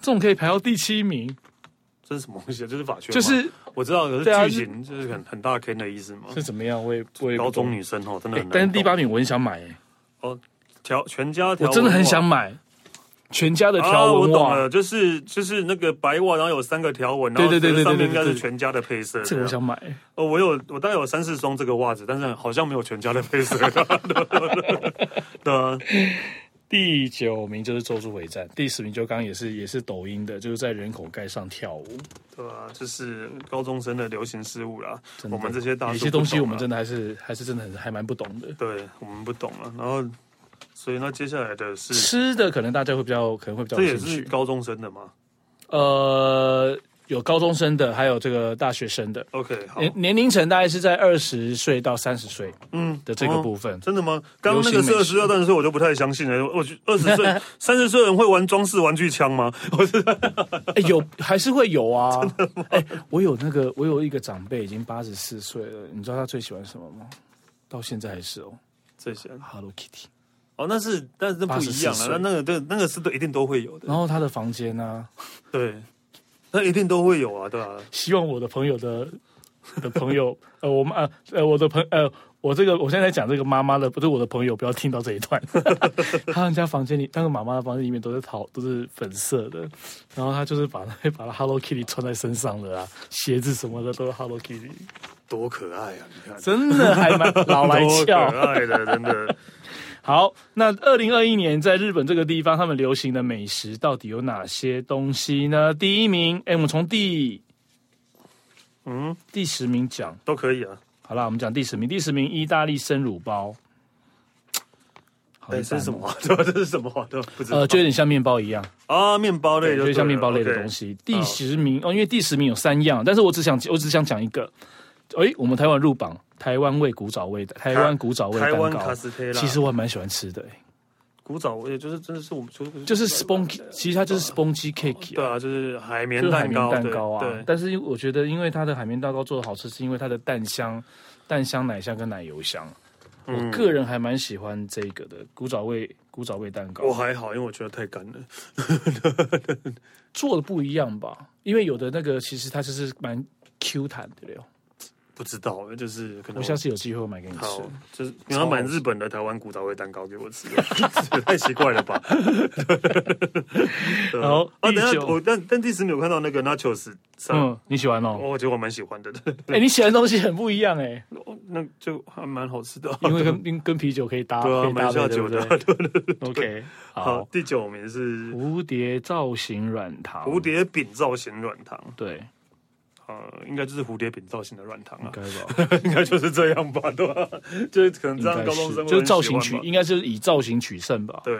Speaker 2: 这种可以排到第七名，
Speaker 1: 这是什么东西啊？这是发圈吗，
Speaker 2: 就是
Speaker 1: 我知道，可
Speaker 2: 对啊
Speaker 1: 是巨型就是很很大 K 的意思嘛。
Speaker 2: 是怎么样？我也我也不
Speaker 1: 高
Speaker 2: 懂
Speaker 1: 中女生哦，真的
Speaker 2: 哎
Speaker 1: 很难懂。
Speaker 2: 但是第八名我很想买、欸，
Speaker 1: 条全家条，
Speaker 2: 我真的很想。买全家的
Speaker 1: 啊，
Speaker 2: 条
Speaker 1: 我
Speaker 2: 纹
Speaker 1: 懂
Speaker 2: 袜，
Speaker 1: 了，就是就是那个白袜，然后有三个条纹，然后
Speaker 2: 对对对对
Speaker 1: 上面应
Speaker 2: 对对
Speaker 1: 该
Speaker 2: 对
Speaker 1: 是全家的配色。
Speaker 2: 这个我
Speaker 1: 样
Speaker 2: 想买、
Speaker 1: 哦，我有，我大概有三四双这个袜子，但是好像没有全家的配 色。 对啊，
Speaker 2: 第九名就是《周助回战》，第十名就刚刚也是也是抖音的，就是在人口盖上跳舞。
Speaker 1: 对啊，这是高中生的流行事物啦。
Speaker 2: 真的
Speaker 1: 我们这些大
Speaker 2: 有
Speaker 1: 叔
Speaker 2: 些东西我们
Speaker 1: 不懂
Speaker 2: 真的还是还是真的很还蛮不懂的。
Speaker 1: 啊对我们不懂了。然后，所以那接下来的是，
Speaker 2: 吃的可能大家会比较可能会比较
Speaker 1: 这
Speaker 2: 有
Speaker 1: 也
Speaker 2: 兴
Speaker 1: 是
Speaker 2: 趣。
Speaker 1: 高中生的嘛
Speaker 2: 呃，有高中生的，还有这个大学生的，
Speaker 1: ？OK，好，
Speaker 2: 年年龄层大概是在二十岁到三十岁
Speaker 1: 嗯
Speaker 2: 的这个
Speaker 1: 哦
Speaker 2: 部分。
Speaker 1: 真的吗？刚刚那个是
Speaker 2: 流
Speaker 1: 二
Speaker 2: 行
Speaker 1: 十二，但是我就不太相信了。我去二十 岁、三十岁人会玩装饰玩具枪吗？我是
Speaker 2: 哎、有还是会有啊。哎、我有那个，我有一个长辈已经八十四岁了，你知道他最喜欢什么吗？到现在还是哦
Speaker 1: 这些
Speaker 2: ，Hello Kitty。
Speaker 1: 哦，那是，但是那不一样
Speaker 2: 84
Speaker 1: 了。
Speaker 2: 岁
Speaker 1: 那那个对，那个是都一定都会有的
Speaker 2: 然，后他的房间呢、
Speaker 1: 对，那一定都会有啊，对啊。
Speaker 2: 希望我的朋友的的朋友，呃，我们呃呃，我的朋呃，我这个我现在讲这个妈妈的，不是我的朋友，不要听到这一段。 他们家房间里，那个妈妈的房间里面都是桃，都是粉色的，然后他就是把会把 Hello Kitty 穿在身上的啊，鞋子什么的都是 Hello Kitty，
Speaker 1: 多可爱啊！你看，
Speaker 2: 真的还蛮老来
Speaker 1: 多可
Speaker 2: 俏。
Speaker 1: 爱的，真的。
Speaker 2: 好，那二零二一年在日本这个地方，他们流行的美食到底有哪些东西呢？第一名，哎、我们从第
Speaker 1: 嗯，
Speaker 2: 第十名讲。
Speaker 1: 都可以啊。
Speaker 2: 好啦，我们讲第十名，第十名意大利生乳包，好
Speaker 1: 哎，
Speaker 2: 一
Speaker 1: 这
Speaker 2: 般
Speaker 1: 是什
Speaker 2: 哦
Speaker 1: 么啊？ 对吧？这是什么啊？对吧？不知道
Speaker 2: 呃，就有点像面包一样，
Speaker 1: 啊，面包类
Speaker 2: 对，就
Speaker 1: 对了嗯
Speaker 2: 像面包类的东。西。第十名哦，因为第十名有三样，但是我只想我只想讲一个。哎，我们台湾入榜，台湾味古早味的台湾古早
Speaker 1: OK
Speaker 2: 味
Speaker 1: 台
Speaker 2: 蛋
Speaker 1: 湾
Speaker 2: 糕
Speaker 1: 卡，斯特拉，
Speaker 2: 其实我还蛮喜欢吃的，哎
Speaker 1: 古早味就是真的是我们就是
Speaker 2: 就是 spongy，其实它就是 spongy cake
Speaker 1: 对
Speaker 2: 啊。
Speaker 1: 啊，就是海
Speaker 2: 就
Speaker 1: 绵
Speaker 2: 是海
Speaker 1: 蛋
Speaker 2: 绵
Speaker 1: 糕，
Speaker 2: 蛋糕啊
Speaker 1: 对对，
Speaker 2: 但是因为我觉得，因为它的海绵蛋糕做的好吃，是因为它的蛋香、蛋香、奶香跟奶油香。我
Speaker 1: 嗯
Speaker 2: 个人还蛮喜欢这个的古早味古早味蛋糕
Speaker 1: 我，还好，因为我觉得太干了。
Speaker 2: 做的不一样吧？因为有的那个其实它就是蛮 Q 弹的
Speaker 1: 哦
Speaker 2: 料。
Speaker 1: 不知道，就是可能
Speaker 2: 我下次有机会我买给你吃
Speaker 1: 好。，就是你要买日本的台湾古早味蛋糕给我吃，啊 这也太奇怪了吧？对啊
Speaker 2: 好
Speaker 1: 啊，等
Speaker 2: 第
Speaker 1: 一
Speaker 2: 九
Speaker 1: 下我但但第十你有看到那个 Nachos 三，
Speaker 2: 嗯，你喜欢哦？
Speaker 1: 我觉得我蛮喜欢的， 对
Speaker 2: 哎、你喜欢的东西很不一样哎、
Speaker 1: 那就还蛮好吃的。
Speaker 2: 因为跟跟跟啤酒可以搭，
Speaker 1: 哦 对
Speaker 2: 可
Speaker 1: 啊，
Speaker 2: 以搭
Speaker 1: 蛮
Speaker 2: 配，
Speaker 1: 下
Speaker 2: 对
Speaker 1: 酒
Speaker 2: 不
Speaker 1: 的
Speaker 2: 对。？OK，
Speaker 1: 好
Speaker 2: 好，，
Speaker 1: 第九名是
Speaker 2: 蝴蝶造型软糖，
Speaker 1: 蝴蝶饼造型软糖，
Speaker 2: 对，
Speaker 1: 呃，应该就是蝴蝶饼造型的软糖
Speaker 2: 应
Speaker 1: 啊，
Speaker 2: 该 吧，
Speaker 1: 应该就是这样吧，对吧？ 就是可能
Speaker 2: 应
Speaker 1: 这样
Speaker 2: 该
Speaker 1: 高中
Speaker 2: 是
Speaker 1: 生会
Speaker 2: 就是
Speaker 1: 很喜
Speaker 2: 造型
Speaker 1: 欢
Speaker 2: 取
Speaker 1: 吧，
Speaker 2: 应该就是以造型取胜吧。
Speaker 1: 对。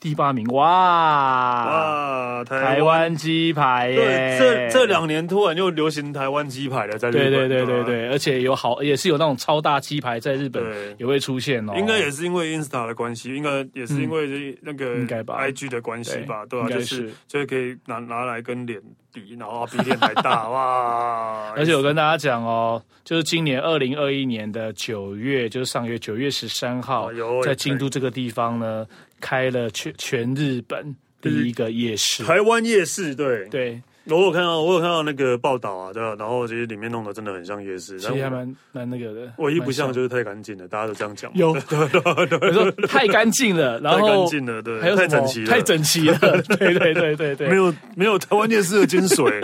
Speaker 2: 第八名，哇，
Speaker 1: 啊，台
Speaker 2: 台
Speaker 1: 湾。
Speaker 2: 湾鸡排耶
Speaker 1: 对，，这这两年突然又流行台湾鸡排了，在日本。
Speaker 2: 对对对对
Speaker 1: 吧。
Speaker 2: 对，而且有好，也是有那种超大鸡排在日本
Speaker 1: 对
Speaker 2: 也会出现哦。
Speaker 1: 应该也是因为 Insta 的关系，应该也是因为那个
Speaker 2: 应该吧
Speaker 1: IG 的关系吧，对吧、
Speaker 2: 应该
Speaker 1: 就是是就是可以拿拿来跟脸比，然后比脸还 大哇！
Speaker 2: 而且我跟大家讲哦，就是今年二零二一年的九月，就是上个月九月十三号
Speaker 1: 哎呦，
Speaker 2: 在京都这个地方呢，开了全全日本第一个夜市。
Speaker 1: 台湾夜市对，
Speaker 2: 对，
Speaker 1: 我有看到我有看到那个报道啊，对啊，然后其实里面弄得真的很像夜市，
Speaker 2: 其实还
Speaker 1: 但我
Speaker 2: 蛮蛮那个的。
Speaker 1: 唯一不像
Speaker 2: 蛮
Speaker 1: 就是太干净了，大家都这样讲嘛，
Speaker 2: 有，我说太干净了，然
Speaker 1: 太干
Speaker 2: 后
Speaker 1: 净了，对，
Speaker 2: 还有什
Speaker 1: 太
Speaker 2: 么
Speaker 1: 整齐了，
Speaker 2: 太整齐 了。对对对对对，
Speaker 1: 没有没有台湾夜市的精 髓，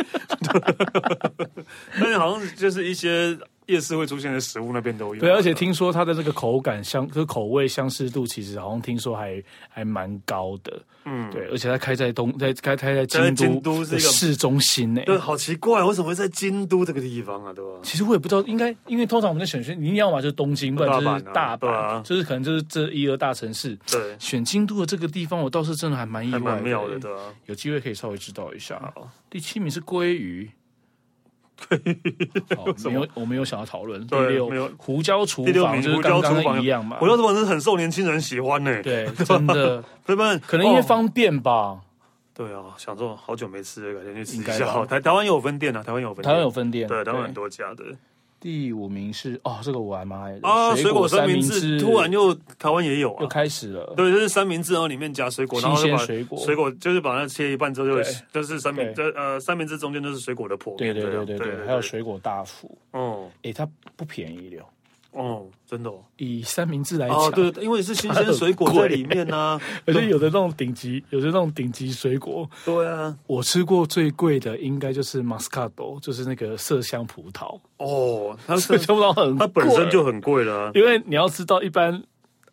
Speaker 1: 但是好像就是一些夜市会出现的食物那边都有。
Speaker 2: 对，而且听说它的这个口感相，就是口味相似度，其实好像听说还还蛮高的。嗯，对，而且它开在东，在开开在京
Speaker 1: 在
Speaker 2: 都
Speaker 1: 京都是一个
Speaker 2: 的市中心呢、
Speaker 1: 对，好奇怪，为什么会在京都这个地方啊？对吧？
Speaker 2: 其实我也不知道，应该因为通常我们在选选，你要么就是东京，不然就是
Speaker 1: 大阪啊
Speaker 2: 大阪，
Speaker 1: 对啊
Speaker 2: 就是可能就是这一二大城市。
Speaker 1: 对，
Speaker 2: 选京都的这个地方，我倒是真的还欸蛮意
Speaker 1: 还
Speaker 2: 外
Speaker 1: 蛮妙的，对啊吧？
Speaker 2: 有机会可以稍微知道一下。
Speaker 1: 嗯
Speaker 2: 第七名是鲑鱼，鲑鱼，没有，我没有想要讨论。第
Speaker 1: 对
Speaker 2: 六
Speaker 1: 没有，
Speaker 2: 胡椒厨
Speaker 1: 第六
Speaker 2: 房
Speaker 1: 名
Speaker 2: 就是
Speaker 1: 胡椒
Speaker 2: 刚
Speaker 1: 厨
Speaker 2: 刚
Speaker 1: 房
Speaker 2: 一样嘛
Speaker 1: 胡。椒厨房真的很受年轻人喜欢呢。
Speaker 2: 对，真的，
Speaker 1: 对吧？
Speaker 2: 可能因为
Speaker 1: 哦
Speaker 2: 方便吧。
Speaker 1: 对啊，想说好久没吃了，改天去吃一
Speaker 2: 应该
Speaker 1: 下。
Speaker 2: 吧
Speaker 1: 好台台湾也有分店啊，台湾也有分店，
Speaker 2: 台湾有分店，
Speaker 1: 对，台湾很。多家的
Speaker 2: 第五名是哦，这个我还蛮爱的
Speaker 1: 啊。水果三
Speaker 2: 三
Speaker 1: 明
Speaker 2: 治，
Speaker 1: 治突然又台湾也有啊。
Speaker 2: 又开始了。
Speaker 1: 对，就是三明治，然后里面夹水果，然后
Speaker 2: 新
Speaker 1: 就
Speaker 2: 鲜
Speaker 1: 把
Speaker 2: 水果
Speaker 1: 水果就是把它切一半之后就
Speaker 2: 对
Speaker 1: 就是三明，这
Speaker 2: 对
Speaker 1: 呃三明治中间就是水果的破
Speaker 2: 对
Speaker 1: 面，
Speaker 2: 对
Speaker 1: 啊
Speaker 2: 对对对，还有，水果大福，
Speaker 1: 哦
Speaker 2: 诶，它不便宜了。
Speaker 1: 哦，真的哦，
Speaker 2: 以三明治来讲，
Speaker 1: 哦对，因为是新鲜水果在里面啊呢，
Speaker 2: 而且有的那种顶级，有的那种顶级水果，
Speaker 1: 对啊，
Speaker 2: 我吃过最贵的应该就是 Moscato，就是那个麝香葡萄，
Speaker 1: 哦，它是
Speaker 2: 麝香葡萄很
Speaker 1: 它本身
Speaker 2: 贵
Speaker 1: 就很贵了啊，
Speaker 2: 因为你要知道，一般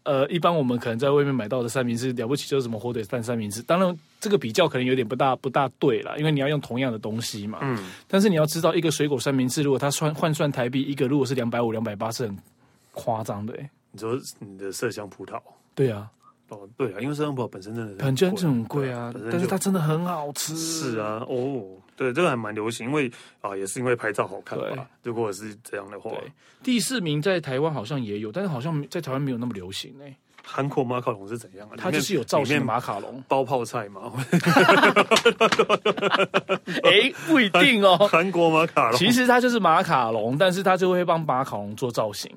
Speaker 2: 呃，一般我们可能在外面买到的三明治，了不起就是什么火腿蛋三明治。当然，这个比较可能有点不大不大对啦，因为你要用同样的东西嘛。嗯。但是你要知道，一个水果三明治，如果它算换算台币一个，如果是两百五、两百八，是很夸张的、欸。
Speaker 1: 你说你的麝香葡萄。
Speaker 2: 对啊，
Speaker 1: 哦，对啊，因为麝香葡萄本身真的是
Speaker 2: 本身就很贵
Speaker 1: 对
Speaker 2: 啊
Speaker 1: 本身，就
Speaker 2: 但是它真的很好吃。
Speaker 1: 是，啊，哦，对，这个还蛮流行，因为啊，也是因为拍照好看
Speaker 2: 对
Speaker 1: 吧。如果是这样的话，
Speaker 2: 对。第四名在台湾好像也有，但是好像在台湾没有那么流行诶、欸。
Speaker 1: 韩国马卡龙是怎样啊？
Speaker 2: 它
Speaker 1: 里面
Speaker 2: 就是有造
Speaker 1: 里
Speaker 2: 型的
Speaker 1: 面。
Speaker 2: 马卡龙
Speaker 1: 包泡菜嘛，
Speaker 2: 诶，不一定哦。
Speaker 1: 韩国 马卡龙。
Speaker 2: 其实它就是马卡龙，但是它就会帮马卡龙做造型。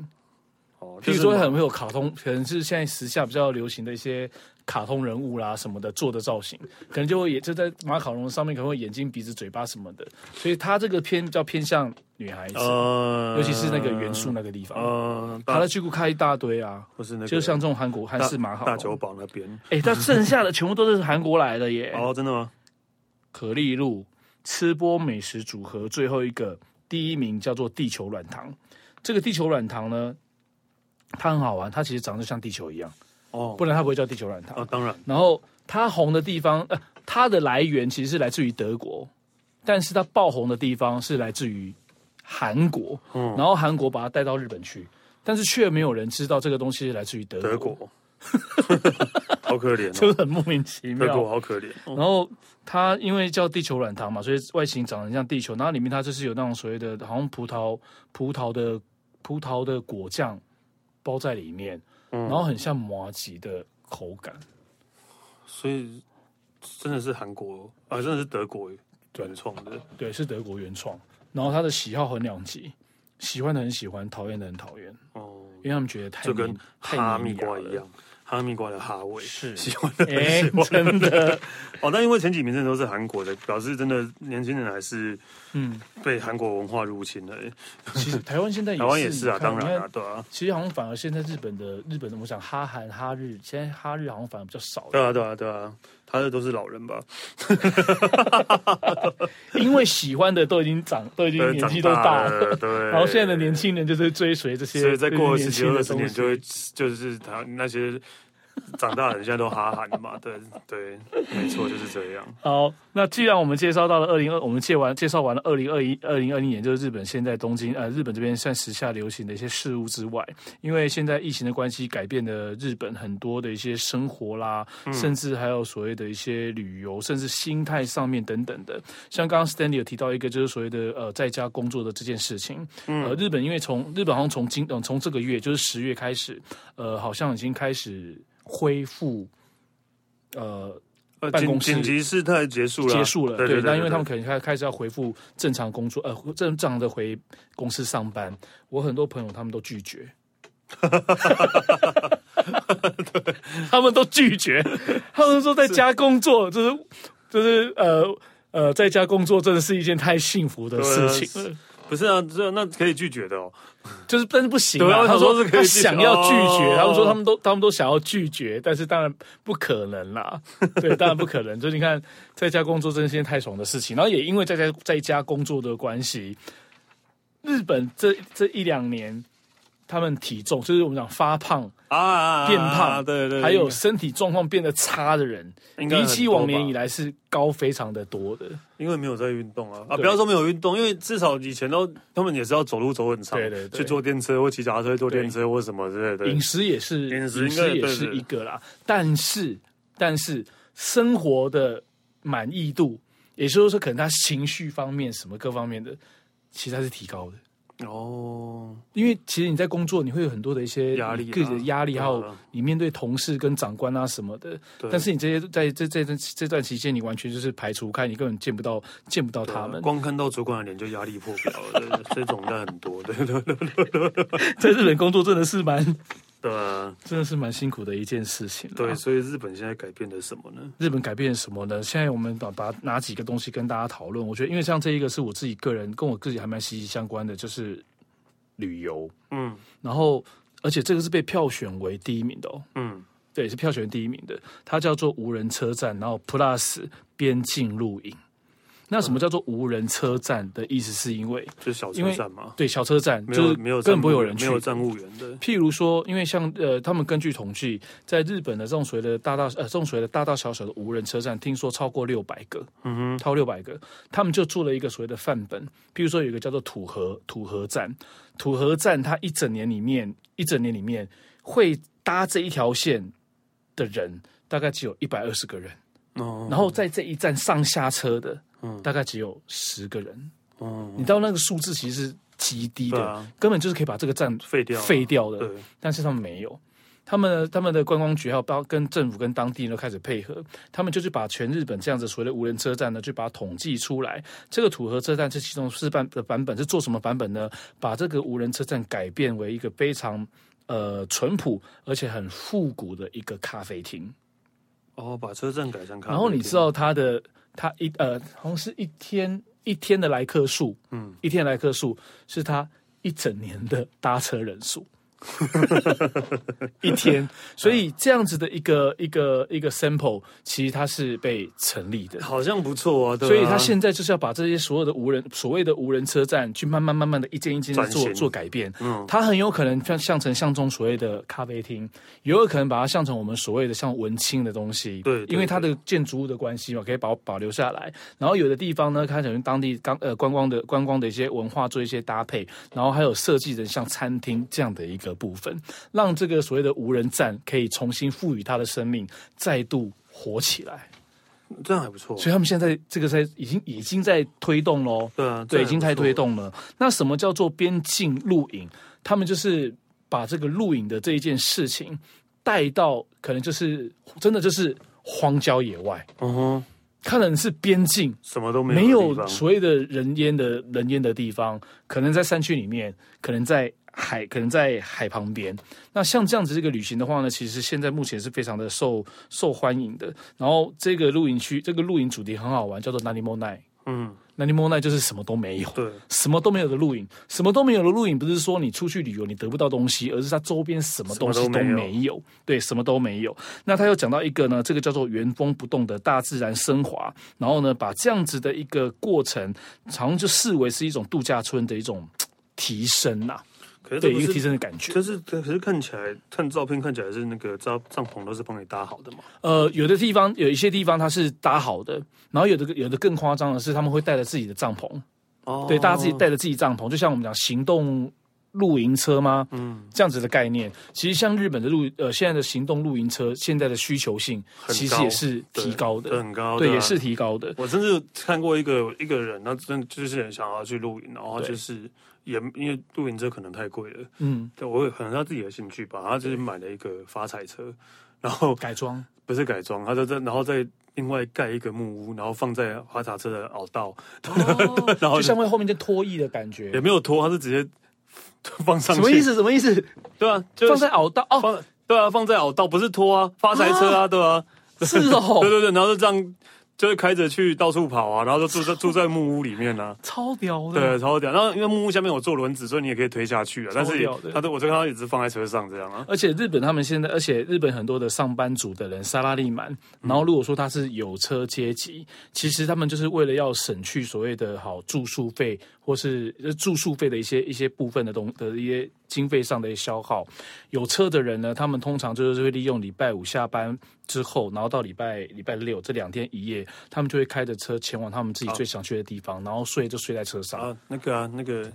Speaker 1: 哦
Speaker 2: 比如说，很会有卡通，可能是现在时下比较流行的一些卡通人物啦什么的做的造型，可能就会也就在马卡龙上面，可能会眼睛、鼻子、嘴巴什么的。所以它这个偏比较偏向女孩子，
Speaker 1: 呃
Speaker 2: 尤其是那个元素，那个地方，
Speaker 1: 呃，
Speaker 2: 它
Speaker 1: 大
Speaker 2: 的巨库开一大堆啊，
Speaker 1: 不是那个，
Speaker 2: 就像这种韩国韩
Speaker 1: 大
Speaker 2: 式马卡
Speaker 1: 大久
Speaker 2: 龙。
Speaker 1: 保那边。
Speaker 2: 哎，但剩下的全部都是韩国来的耶。
Speaker 1: 哦，真的吗？
Speaker 2: 可丽露吃播美食组合最后一个第一名叫做地球软糖。这个地球软糖呢，它很好玩，它其实长得像地球一样，
Speaker 1: 哦，
Speaker 2: 不然它不会叫地球软糖。
Speaker 1: 啊，当然，
Speaker 2: 然后它红的地方，呃，它的来源其实是来自于德国，但是它爆红的地方是来自于韩国，
Speaker 1: 嗯
Speaker 2: 然后韩国把它带到日本去，但是却没有人知道这个东西是来自于德国，
Speaker 1: 德 国，好可怜
Speaker 2: 就
Speaker 1: 哦，
Speaker 2: 是很莫名其妙。
Speaker 1: 德国好可怜。哦
Speaker 2: 然后它因为叫地球软糖嘛，所以外形长得像地球，然后里面它就是有那种所谓的好像葡萄葡萄的葡萄的果酱包在里面，
Speaker 1: 嗯
Speaker 2: 然后很像麻吉的口感。
Speaker 1: 所以真的是韩国啊，真的是德国原创的。
Speaker 2: 对，是德国原创。然后它的喜好很两极，喜欢的很喜欢，讨厌的很讨厌，
Speaker 1: 哦，
Speaker 2: 因为他们觉得太
Speaker 1: 就跟
Speaker 2: 黏太
Speaker 1: 哈
Speaker 2: 黏
Speaker 1: 密瓜
Speaker 2: 牙了
Speaker 1: 一。样，哈密瓜的哈味
Speaker 2: 是
Speaker 1: 喜欢的很
Speaker 2: 哎
Speaker 1: 喜，欢。
Speaker 2: 真的，
Speaker 1: 哦，但因为前几名真的都是韩国的，表示真的年轻人还是
Speaker 2: 嗯，
Speaker 1: 被韩国文化入侵了、哎
Speaker 2: 其实台湾现在也 是，
Speaker 1: 台湾也是啊，
Speaker 2: 你看
Speaker 1: 当然。
Speaker 2: 你
Speaker 1: 啊
Speaker 2: 看，
Speaker 1: 对啊，
Speaker 2: 其实好像反而现在日本的日本，我想哈韩哈日，现在哈日好像反而比较少了
Speaker 1: 对啊，对啊，对啊，他的都是老人吧？
Speaker 2: 因为喜欢的都已经长，都已经年纪都大了，
Speaker 1: 呃了，对。
Speaker 2: 然后现在的年，轻人就是追随这些，
Speaker 1: 所以再过
Speaker 2: 这
Speaker 1: 十
Speaker 2: 些
Speaker 1: 几
Speaker 2: 年轻
Speaker 1: 二
Speaker 2: 的
Speaker 1: 十年，
Speaker 2: 东西
Speaker 1: 就会就是他那些长大的人现在都哈韩嘛，对对，没错，就是这样。
Speaker 2: 好。那既然我们介绍到了二零二，我们介完介绍完了二零二一、二零二零年，就是日本现在东京呃日本这边算时下流行的一些事物之外，因为现在疫情的关系，改变了日本很多的一些生活啦，甚至还有所谓的一些旅游，甚至心态上面等等的。像刚刚 Stanley 有提到一个，就是所谓的呃在家工作的这件事情。呃，日本因为从日本好像从今呃从这个月就是十月开始，呃，好像已经开始恢复呃
Speaker 1: 呃
Speaker 2: 办
Speaker 1: 紧
Speaker 2: 公室
Speaker 1: 紧急事态结束了，
Speaker 2: 结束了，
Speaker 1: 对对对，
Speaker 2: 那因为他们
Speaker 1: 对
Speaker 2: 可能开开始要恢复正常工作，呃，正常的回公司上班。我很多朋友他们都拒 绝，他们都拒绝，他们说在家工作就是就是呃呃，在家工作真的是一件太幸福的事情了，
Speaker 1: 不是啊，这那可以拒绝的哦。
Speaker 2: 就是但是不行
Speaker 1: 对啊
Speaker 2: 啊。他
Speaker 1: 我想
Speaker 2: 们
Speaker 1: 说
Speaker 2: 说
Speaker 1: 是可以
Speaker 2: 他
Speaker 1: 拒绝
Speaker 2: 想要拒
Speaker 1: 哦，
Speaker 2: 绝他们说他们都他们都想要拒绝，但是当然不可 能啦，对，当然不可能。就你看，在家工作真是件太爽的事情，然后也因为在家在家工作的关系，日本这这一两年。他们体重就是我们讲发胖，
Speaker 1: 啊啊，啊
Speaker 2: 变胖
Speaker 1: 对对，对
Speaker 2: 还有身体状况变得差的人，
Speaker 1: 应该
Speaker 2: 比
Speaker 1: 很多
Speaker 2: 起往年以
Speaker 1: 吧
Speaker 2: 来是高非常的多的。
Speaker 1: 因为没有在运动啊啊，
Speaker 2: 对
Speaker 1: 不要说没有运动，因为至少以前都他们也是要走路走很长，
Speaker 2: 对对对
Speaker 1: 去坐电车或骑脚踏车坐电车或什么之类的。
Speaker 2: 饮食也是，
Speaker 1: 饮食应该
Speaker 2: 也
Speaker 1: 对
Speaker 2: 是
Speaker 1: 对
Speaker 2: 一个啦。但是，但是生活的满意度，也就是说，可能他情绪方面什么各方面的，其实他是提高的。
Speaker 1: 哦，
Speaker 2: 因为其实你在工作，你会有很多的一些
Speaker 1: 压力啊
Speaker 2: 个人的压力，
Speaker 1: 对
Speaker 2: 还
Speaker 1: 啊
Speaker 2: 有你面对同事跟长官啊什么的。
Speaker 1: 对
Speaker 2: 但是你这些在这这段这段期间，你完全就是排除开，你根本见不到见不到他们。
Speaker 1: 啊 光看到主管的脸就压力破表了，对这种应该很多，对对对
Speaker 2: 在日本工作真的是蛮
Speaker 1: 对啊，
Speaker 2: 真的是蛮辛苦的一件事情啦。
Speaker 1: 对，所以日本现在改变了什么呢？
Speaker 2: 日本改变什么呢？现在我们把把拿几个东西跟大家讨论。我觉得，因为像这一个是我自己个人跟我自己还蛮息息相关的，就是旅游。
Speaker 1: 嗯
Speaker 2: 然后，而且这个是被票选为第一名的哦，
Speaker 1: 嗯，
Speaker 2: 对，是票选第一名的。它叫做无人车站，然后 Plus 边境露营。那
Speaker 1: 嗯
Speaker 2: 什么叫做无人车站的意思？是因为
Speaker 1: 就小
Speaker 2: 因
Speaker 1: 车
Speaker 2: 为
Speaker 1: 站嘛，
Speaker 2: 对小车站
Speaker 1: 没
Speaker 2: 就
Speaker 1: 有
Speaker 2: 是
Speaker 1: 没有
Speaker 2: 根本不会
Speaker 1: 站务
Speaker 2: 有人去，
Speaker 1: 没有站务员的，
Speaker 2: 譬如说，因为像呃，他们根据统计，在日本的这种所谓的大大呃，这种所谓的大大小小的无人车站，听说超过六百个，
Speaker 1: 嗯
Speaker 2: 超六百个，他们就做了一个所谓的范本。譬如说，有一个叫做土河土河站，土河站它一整年里面，一整年里面会搭这一条线的人，大概只有一百二十个人，
Speaker 1: 哼，哦，
Speaker 2: 然后在这一站上下车的
Speaker 1: 嗯，
Speaker 2: 大概只有十个人。
Speaker 1: 嗯，
Speaker 2: 你到那个数字其实是极低
Speaker 1: 对
Speaker 2: 的，
Speaker 1: 啊，
Speaker 2: 根本就是可以把这个站
Speaker 1: 废掉了
Speaker 2: 废掉的。
Speaker 1: 对，
Speaker 2: 但是他们没有。他们他们的观光局还有包跟政府跟当地人都开始配合，他们就是把全日本这样子所谓的无人车站呢，去把它统计出来。这个土河车站是其中是版的版本是做什么版本呢？把这个无人车站改变为一个非常呃淳朴而且很复古的一个咖啡厅。
Speaker 1: 哦，把车站改成咖啡厅，
Speaker 2: 然后你知道它的它一呃好像是一天一天的来客数，
Speaker 1: 嗯，
Speaker 2: 一天的来客数是它一整年的搭车人数。一天，所以这样子的一个一个一个 sample，其实它是被成立的。
Speaker 1: 好像不错啊，对啊
Speaker 2: 所以他现在就是要把这些所有的无人所谓的无人车站，去慢慢慢慢的一间一间地
Speaker 1: 转型
Speaker 2: 做做改变。
Speaker 1: 嗯
Speaker 2: 嗯，它很有可能像像成像中所谓的咖啡厅，也有可能把它像成我们所谓的像文青的东西。
Speaker 1: 对对
Speaker 2: 因为它的建筑物的关系嘛，可以保保留下来。然后有的地方呢，它可能当地刚呃观光的观光的一些文化做一些搭配，然后还有设计的像餐厅这样的一个部分，让这个所谓的无人站可以重新赋予它的生命，再度火起来。
Speaker 1: 这样还不错，
Speaker 2: 所以他们现在这个在已经已经在推动喽，
Speaker 1: 对啊，
Speaker 2: 对，已经在
Speaker 1: 太
Speaker 2: 推。动了。那什么叫做边境露营？他们就是把这个露营的这一件事情带到可能就是真的就是荒郊野外，
Speaker 1: 嗯哼，
Speaker 2: 可能是边境
Speaker 1: 什么都没
Speaker 2: 没
Speaker 1: 有的地
Speaker 2: 有
Speaker 1: 方，
Speaker 2: 所谓的人烟的人烟的地方，可能在山区里面，可能在海，可能在海旁边。那像这样子这个旅行的话呢，其实现在目前是非常的受受欢迎的。然后这个露营区，这个露营主题很好玩，叫做 Nani Mo Night。
Speaker 1: 嗯，
Speaker 2: Nani Mo Night 就是什么都没有。
Speaker 1: 对，
Speaker 2: 什么都没有的露营，什么都没有的露营，不是说你出去旅游你得不到东西，而是它周边什么东西
Speaker 1: 什么
Speaker 2: 都
Speaker 1: 都没有
Speaker 2: 没有，对，什么都没有。那他又讲到一个呢，这个叫做原封不动的大自然升华，然后呢，把这样子的一个过程，常就视为是一种度假村的一种嘖提升呐、
Speaker 1: 可是这
Speaker 2: 对，
Speaker 1: 不
Speaker 2: 一个提
Speaker 1: 是，
Speaker 2: 升的感觉。
Speaker 1: 就是可是看起来看照片看起来是那个帐帐篷都是帮你搭好的嘛，
Speaker 2: 呃，有的地方有一些地方它是搭好的，然后有的有的更夸张的是，他们会带着自己的帐篷，
Speaker 1: 哦
Speaker 2: 对，大家自己带着自己帐篷，就像我们讲行动露营车吗？
Speaker 1: 嗯
Speaker 2: 嗯，这样子的概念。其实像日本的露呃现在的行动露营车，现在的需求性
Speaker 1: 很
Speaker 2: 其实
Speaker 1: 高
Speaker 2: 也是提高
Speaker 1: 对
Speaker 2: 的，
Speaker 1: 很高，
Speaker 2: 对，
Speaker 1: 啊
Speaker 2: 也是。提高的。
Speaker 1: 我甚至看过一个一个人，他真的就是很想要去露营，然后他
Speaker 2: 对
Speaker 1: 就是也因为露营车可能太贵了，
Speaker 2: 嗯，
Speaker 1: 对我也可能他自己的兴趣吧，他就是买了一个发财车，然后
Speaker 2: 改装
Speaker 1: 不是改装，他就在然后在另外盖一个木屋，然后放在花茶车的凹道，
Speaker 3: 哦
Speaker 1: 然后
Speaker 3: 就像会后面就脱衣的感觉
Speaker 1: 也，没有拖，它是直接 放上
Speaker 3: 什
Speaker 1: 去。
Speaker 3: 么意？思？什么意思？
Speaker 1: 对啊，就是
Speaker 3: 放在熬到哦，
Speaker 1: 放对啊，放在凹道不是拖啊，发财车啊，对啊，
Speaker 3: 是哦
Speaker 1: 对，对对，然后就这样就是开着去到处跑啊，然后 就住在住在木屋里面啊。
Speaker 3: 超屌的，
Speaker 1: 对，超屌。然后因为木屋下面有坐轮子，所以你也可以推下去啊。但是也
Speaker 2: 超屌的，
Speaker 1: 他都我就看到一直放在车上这样啊。
Speaker 2: 而且日本他们现在，而且日本很多的上班族的人，萨拉利满，然后如果说他是有车阶级，其实他们就是为了要省去所谓的好住宿费或是呃住宿费的一些一些部分的东的一些经费上的一些消耗。有车的人呢，他们通常就是会利用礼拜五下班之后，然后到礼拜礼拜六这两天一夜，他们就会开着车前往他们自己最想去的地方，然后睡就睡在车上。
Speaker 1: 啊，那个啊，那个。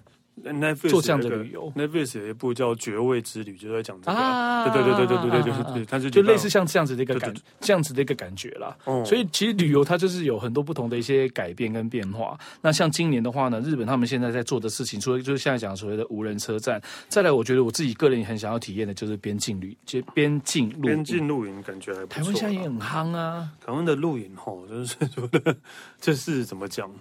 Speaker 1: Netflix
Speaker 2: 做这样的旅游
Speaker 1: ，Netflix 有一部叫《绝味之旅》，就在讲这个啊。
Speaker 2: 啊
Speaker 1: 对对对对对对对
Speaker 2: 啊
Speaker 1: 对
Speaker 2: 啊啊
Speaker 1: 对，它是
Speaker 2: 就
Speaker 1: 礼拜
Speaker 2: 类似像这样子的一个
Speaker 1: 对对
Speaker 2: 感，这样子的一个感觉啦。
Speaker 1: 哦
Speaker 2: 所以其实旅游它就是有很多不同的一些改变跟变化。那像今年的话呢，日本他们现在在做的事情，除了就是现在讲所谓的无人车站，再来我觉得我自己个人也很想要体验的就是边境旅，就边境露
Speaker 1: 边
Speaker 2: 营。
Speaker 1: 境露营，感觉还不错
Speaker 2: 台
Speaker 1: 啦。
Speaker 2: 湾现在也很夯啊，
Speaker 1: 台湾的露营吼，就是觉得就是怎么讲，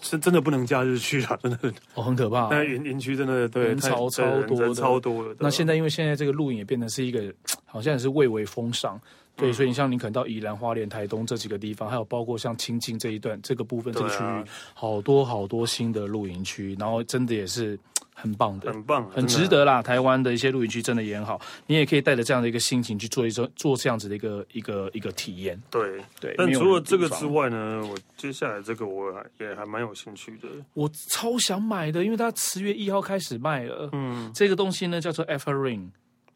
Speaker 1: 是真的不能假日去啊，真的。
Speaker 2: 哦，很可怕。
Speaker 1: 那园园区真的对，
Speaker 2: 人
Speaker 1: 太
Speaker 2: 潮
Speaker 1: 对人
Speaker 2: 超多
Speaker 1: 人
Speaker 2: 的
Speaker 1: 超多了。对
Speaker 2: 那
Speaker 1: 啊
Speaker 2: 现在因为现在这个露营也变成是一个，好像也是蔚为风尚。
Speaker 1: 嗯
Speaker 2: 对，所以你像你可能到宜兰、花莲、台东这几个地方，还有包括像清境这一段这个部分这
Speaker 1: 对啊
Speaker 2: 个区域，好多好多新的露营区，然后真的也是很棒的，
Speaker 1: 很棒啊，
Speaker 2: 很
Speaker 1: 真的
Speaker 2: 值得啦。台湾的一些露营区真的也很好，你也可以带着这样的一个心情去做一做做这样子的一个一个一个体验。
Speaker 1: 对。
Speaker 2: 对，
Speaker 1: 但
Speaker 2: 没有
Speaker 1: 除了
Speaker 2: 人的
Speaker 1: 这个
Speaker 2: 地方
Speaker 1: 之外呢，我接下来这个我还也还蛮有兴趣的。
Speaker 2: 我超想买的，因为它十月一号开始卖了。嗯，这个东西呢叫做 Everring，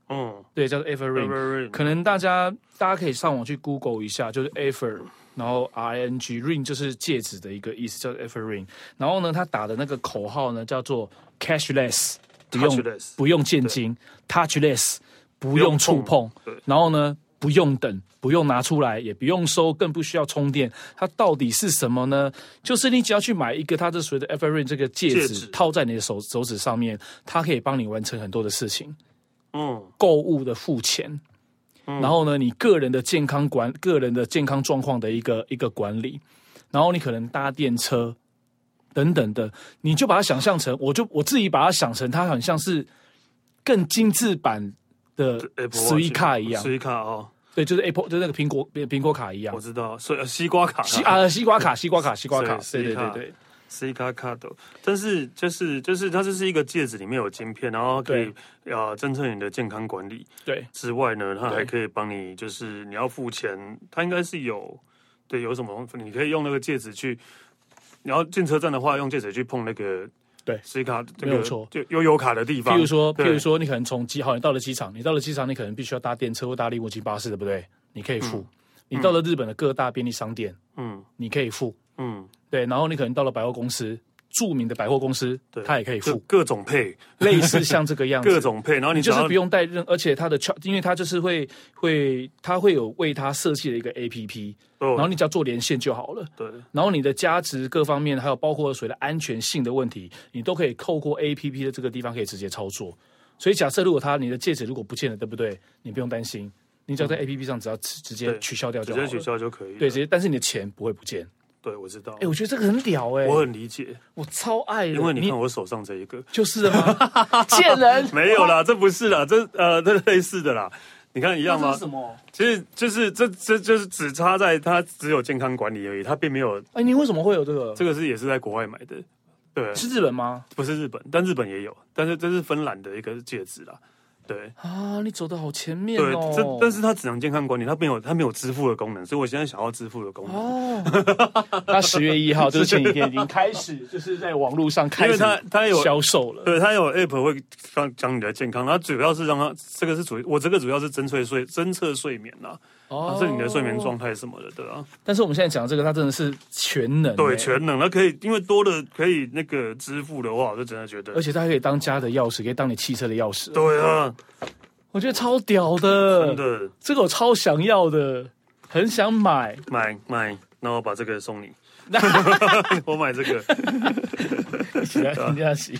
Speaker 1: 嗯
Speaker 2: 对，叫做 Everring。
Speaker 1: ，Evergreen，
Speaker 2: 可能大家大家可以上网去 Google 一下，就是 Afer，然后 R N G Ring 就是戒指的一个意思，叫做 Afer Ring。然后呢，他打的那个口号呢叫做 Cashless，不用
Speaker 1: Touchless
Speaker 2: 不用现金，Touchless 不用触碰
Speaker 1: 对，
Speaker 2: 然后呢不用等，不用拿出来，也不用收，更不需要充电。它到底是什么呢？就是你只要去买一个它这所谓的 Afer Ring 这个戒
Speaker 1: 戒
Speaker 2: 指
Speaker 1: 指，
Speaker 2: 套在你的手手指上面，它可以帮你完成很多的事情。
Speaker 1: 嗯，
Speaker 2: 购物的付钱，然后呢，你个人的健康管、个人的健康状况的一个一个管理，然后你可能搭电车等等的，你就把它想象成，我就我自己把它想成，它很像是更精致版的
Speaker 1: Apple
Speaker 2: s w e 卡一样，
Speaker 1: 水卡哦，
Speaker 2: 对，就是 Apple 就是那个苹果苹果卡一样
Speaker 1: 我，知道，所以呃西瓜卡，
Speaker 2: 啊西啊西瓜卡西瓜卡西瓜卡，对
Speaker 1: 是
Speaker 2: 对对
Speaker 1: Suica
Speaker 2: 对，
Speaker 1: C 卡卡的，但是就是就是它就是一个戒指，里面有晶片，然后可以呃侦测你的健康管理
Speaker 2: 对
Speaker 1: 之外呢，它
Speaker 2: 对
Speaker 1: 还可以帮你，就是你要付钱，它应该是有对有什么，你可以用那个戒指去，然后进车站的话，用戒指去碰那个
Speaker 2: 对
Speaker 1: C 卡这
Speaker 2: 没有
Speaker 1: 个
Speaker 2: 错
Speaker 1: 就悠游卡的地方，
Speaker 2: 譬如说，譬
Speaker 1: 对
Speaker 2: 如说，你可能从机，好，你到了机场，你到了机场，你可能必须要搭电车或搭利姆金巴士，对不对？你可以付。你到了日本的各大便利商店，
Speaker 1: 嗯
Speaker 2: 你可以付。
Speaker 1: 嗯，
Speaker 2: 对，然后你可能到了百货公司，著名的百货公司，
Speaker 1: 对，
Speaker 2: 它也可以
Speaker 1: 就
Speaker 2: 付，
Speaker 1: 各种配，
Speaker 2: 类似像这个样子。
Speaker 1: 各种配，然后你
Speaker 2: 你
Speaker 1: 只
Speaker 2: 就是
Speaker 1: 要
Speaker 2: 不用带任，而且它的 char，因为它就是会会，它会有为它设计的一个 A P P，然后
Speaker 1: 哦
Speaker 2: 你只要做连线就好了。
Speaker 1: 对
Speaker 2: 然后你的价值各方面，还有包括所谓的安全性的问题，你都可以透过 A P P 的这个地方可以直接操作。所以假设如果它你的戒指如果不见了，对不对？你不用担心，你只要在 A P P 上只要直直接
Speaker 1: 嗯对
Speaker 2: 取消掉就
Speaker 1: 直
Speaker 2: 好
Speaker 1: 接
Speaker 2: 了。
Speaker 1: 取消就可以了，
Speaker 2: 对，直接，但是你的钱不会不见。
Speaker 1: 对我知道
Speaker 2: 哎，，我觉得这个很屌哎、
Speaker 1: 我很理解，
Speaker 2: 我超爱的，
Speaker 1: 因为你看我手上这一个。
Speaker 2: 就是 啊，贱人
Speaker 1: 没有啦，这不是啦，这呃，这类似的啦。你看一
Speaker 2: 那
Speaker 1: 样
Speaker 2: 这
Speaker 1: 吗
Speaker 2: 是？什么？
Speaker 1: 其实就是这这就是只差在它只有健康管理而已，它并没有
Speaker 2: 哎，你为什么会有这个？
Speaker 1: 这个是也是在国外买的，对，
Speaker 2: 是日本吗？
Speaker 1: 不是日本，但日本也有，但是这是芬兰的一个戒指啦，对
Speaker 2: 啊，你走的好前面
Speaker 1: 对，
Speaker 2: 哦。
Speaker 1: 这但是它只能健康管理，它没有它没有支付的功能，所以我现在想要支付的功能，
Speaker 2: 哦，那十月一号就是前几天已经开始，就是在网络上开
Speaker 1: 因为
Speaker 2: 始
Speaker 1: 它它有
Speaker 2: 销售了。
Speaker 1: 哎对，它有 app 会讲讲你的健康，它主要是让它这个是主我这个主要是侦测睡侦测睡眠啦，它
Speaker 2: 哦
Speaker 1: 是你的睡眠状态什么的，对啊。
Speaker 2: 但是我们现在讲这个，它真的是全能、
Speaker 1: 对，
Speaker 2: 欸
Speaker 1: 全能，那可以，因为多的可以那个支付的话，我就真的觉得
Speaker 2: 而，且它可以当家的钥匙，可以当你汽车的钥匙，
Speaker 1: 对啊，
Speaker 2: 我觉得超屌的，
Speaker 1: 真的
Speaker 2: 这个我超想要的，很想 买。
Speaker 1: 买买，那我把这个送你，我买这个，
Speaker 2: 一起来听下去。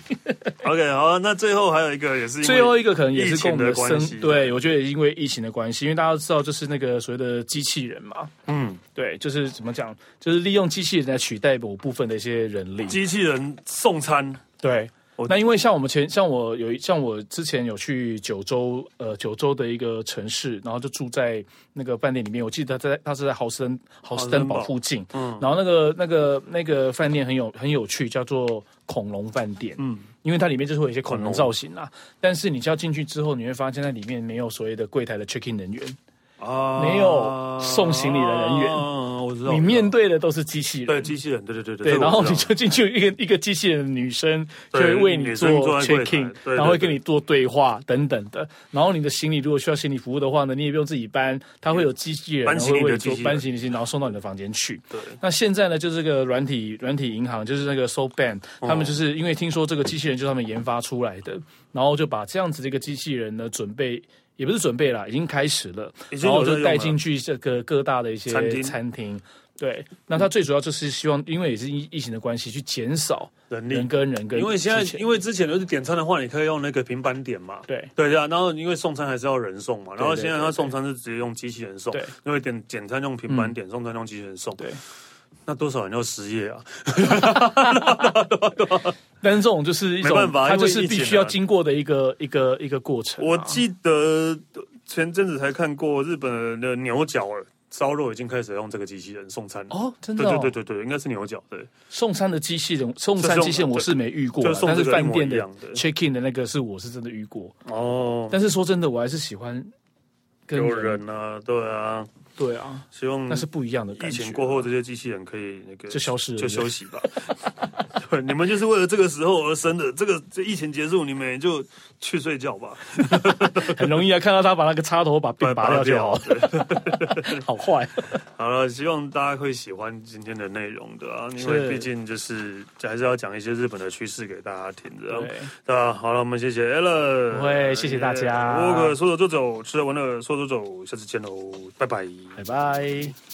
Speaker 1: OK，好，啊那最后还有一个也是因为
Speaker 2: 最后一个可能也是
Speaker 1: 疫
Speaker 2: 跟
Speaker 1: 情
Speaker 2: 我们
Speaker 1: 的
Speaker 2: 的
Speaker 1: 关
Speaker 2: 生
Speaker 1: 系，，
Speaker 2: 对我觉得也因为疫情的关系，因为大家都知道就是那个所谓的机器人嘛，
Speaker 1: 嗯，
Speaker 2: 对，就是怎么讲，就是利用机器人来取代某部分的一些人力。
Speaker 1: 机器人送餐，
Speaker 2: 对
Speaker 1: 我，
Speaker 2: 那因为像我们前，像我有一像我之前有去九州，呃，九州的一个城市，然后就住在那个饭店里面。我记得他在他是在豪斯登豪斯登堡
Speaker 1: 豪斯登堡
Speaker 2: 附近，
Speaker 1: 嗯
Speaker 2: 然后那个那个那个饭店很有很有趣，叫做恐龙饭店，
Speaker 1: 嗯
Speaker 2: 嗯，因为它里面就是会有一些恐
Speaker 1: 恐龙
Speaker 2: 龙造型啦。但是你只要进去之后，你会发现在里面没有所谓的柜台的 check in 人员，
Speaker 1: 啊
Speaker 2: 没有送行李的人员
Speaker 1: 啊我知道，
Speaker 2: 你
Speaker 1: 我知道
Speaker 2: 面对的都是机器人
Speaker 1: 对。机器人，对对对这
Speaker 2: 对，
Speaker 1: 个
Speaker 2: 然
Speaker 1: 我
Speaker 2: 后
Speaker 1: 知
Speaker 2: 你
Speaker 1: 道
Speaker 2: 就进去一个一个机器人的女生，就
Speaker 1: 对
Speaker 2: 会为
Speaker 1: 女
Speaker 2: 你做
Speaker 1: 生坐在柜
Speaker 2: check in，
Speaker 1: 台对对
Speaker 2: 然后会跟
Speaker 1: 对
Speaker 2: 你做对话等等的。然后你的行李如果需要行李服务的话呢，你也不用自己搬，它会有机器人，
Speaker 1: 搬
Speaker 2: 然后
Speaker 1: 行李
Speaker 2: 会
Speaker 1: 的
Speaker 2: 为你
Speaker 1: 机
Speaker 2: 做
Speaker 1: 器人
Speaker 2: 搬行李然后送到你的房间去。
Speaker 1: 对
Speaker 2: 那现在呢，就是这个软体软体银行，就是那个 Soul Band，他
Speaker 1: 哦
Speaker 2: 们就是因为听说这个机器人就是他们研发出来的，然后就把这样子的一个机器人呢，准备也不是准备啦，已经开始了，
Speaker 1: 已经
Speaker 2: 然
Speaker 1: 有
Speaker 2: 后
Speaker 1: 在用
Speaker 2: 就
Speaker 1: 了
Speaker 2: 带进去这个各大的一些
Speaker 1: 餐厅
Speaker 2: 餐厅对，那它最主要就是希望，因为也是疫疫情的关系，去减少
Speaker 1: 人
Speaker 2: 人
Speaker 1: 力，
Speaker 2: 跟人跟
Speaker 1: 因为现在
Speaker 2: 之前
Speaker 1: 因为之前就是点餐的话，你可以用那个平板点嘛，
Speaker 2: 对
Speaker 1: 对对啊，然后因为送餐还是要人送嘛，然后
Speaker 2: 对对
Speaker 1: 现在他
Speaker 2: 对
Speaker 1: 送餐是直接用机器人送
Speaker 2: 对，嗯
Speaker 1: 因为点点餐用平板点，送餐用机器人送，
Speaker 2: 对，
Speaker 1: 那多少人要失业啊？
Speaker 2: 但是这种就是一
Speaker 1: 没
Speaker 2: 种
Speaker 1: 办法
Speaker 2: 它
Speaker 1: 因
Speaker 2: 就
Speaker 1: 为
Speaker 2: 是
Speaker 1: 疫情啊
Speaker 2: 必须要经过的一个一个一个过程啊、
Speaker 1: 我记得前阵子才看过日本的牛角儿烧肉已经开始用这个机器人送餐。
Speaker 2: 哦，真的、
Speaker 1: 对
Speaker 2: 哦、
Speaker 1: 对对对对，应该是牛角，对，
Speaker 2: 送餐的机器人，送餐机器人我是没遇过啦
Speaker 1: 就，送
Speaker 2: 但
Speaker 1: 这
Speaker 2: 是
Speaker 1: 个一
Speaker 2: 饭
Speaker 1: 模
Speaker 2: 店
Speaker 1: 一
Speaker 2: 的
Speaker 1: 样的。
Speaker 2: check in 的那个是我是真的遇过。
Speaker 1: 哦，
Speaker 2: 但是说真的，我还是喜欢跟
Speaker 1: 有人啊，对啊，
Speaker 2: 对啊，
Speaker 1: 希望
Speaker 2: 那是不一样的
Speaker 1: 疫
Speaker 2: 感觉。
Speaker 1: 情过后这些机器人可以那个
Speaker 2: 就消失了
Speaker 1: 就休息吧。 对，你们就是为了这个时候而生的，这个这疫情结束，你们也就去睡觉吧，
Speaker 2: 很容易啊，看到他把那个插 头把柄拔掉就好，
Speaker 1: 对
Speaker 2: 好坏。
Speaker 1: 好了，希望大家会喜欢今天的内容的啊，因为
Speaker 2: 是
Speaker 1: 毕竟就是还是要讲一些日本的趋势给大家听的啊。
Speaker 2: 对
Speaker 1: 对啊，好了，我们谢谢哎 a l
Speaker 2: 不会谢谢大家
Speaker 1: 我可说走就走，吃了玩了说走就走，下次见喽，拜拜。
Speaker 2: 拜拜。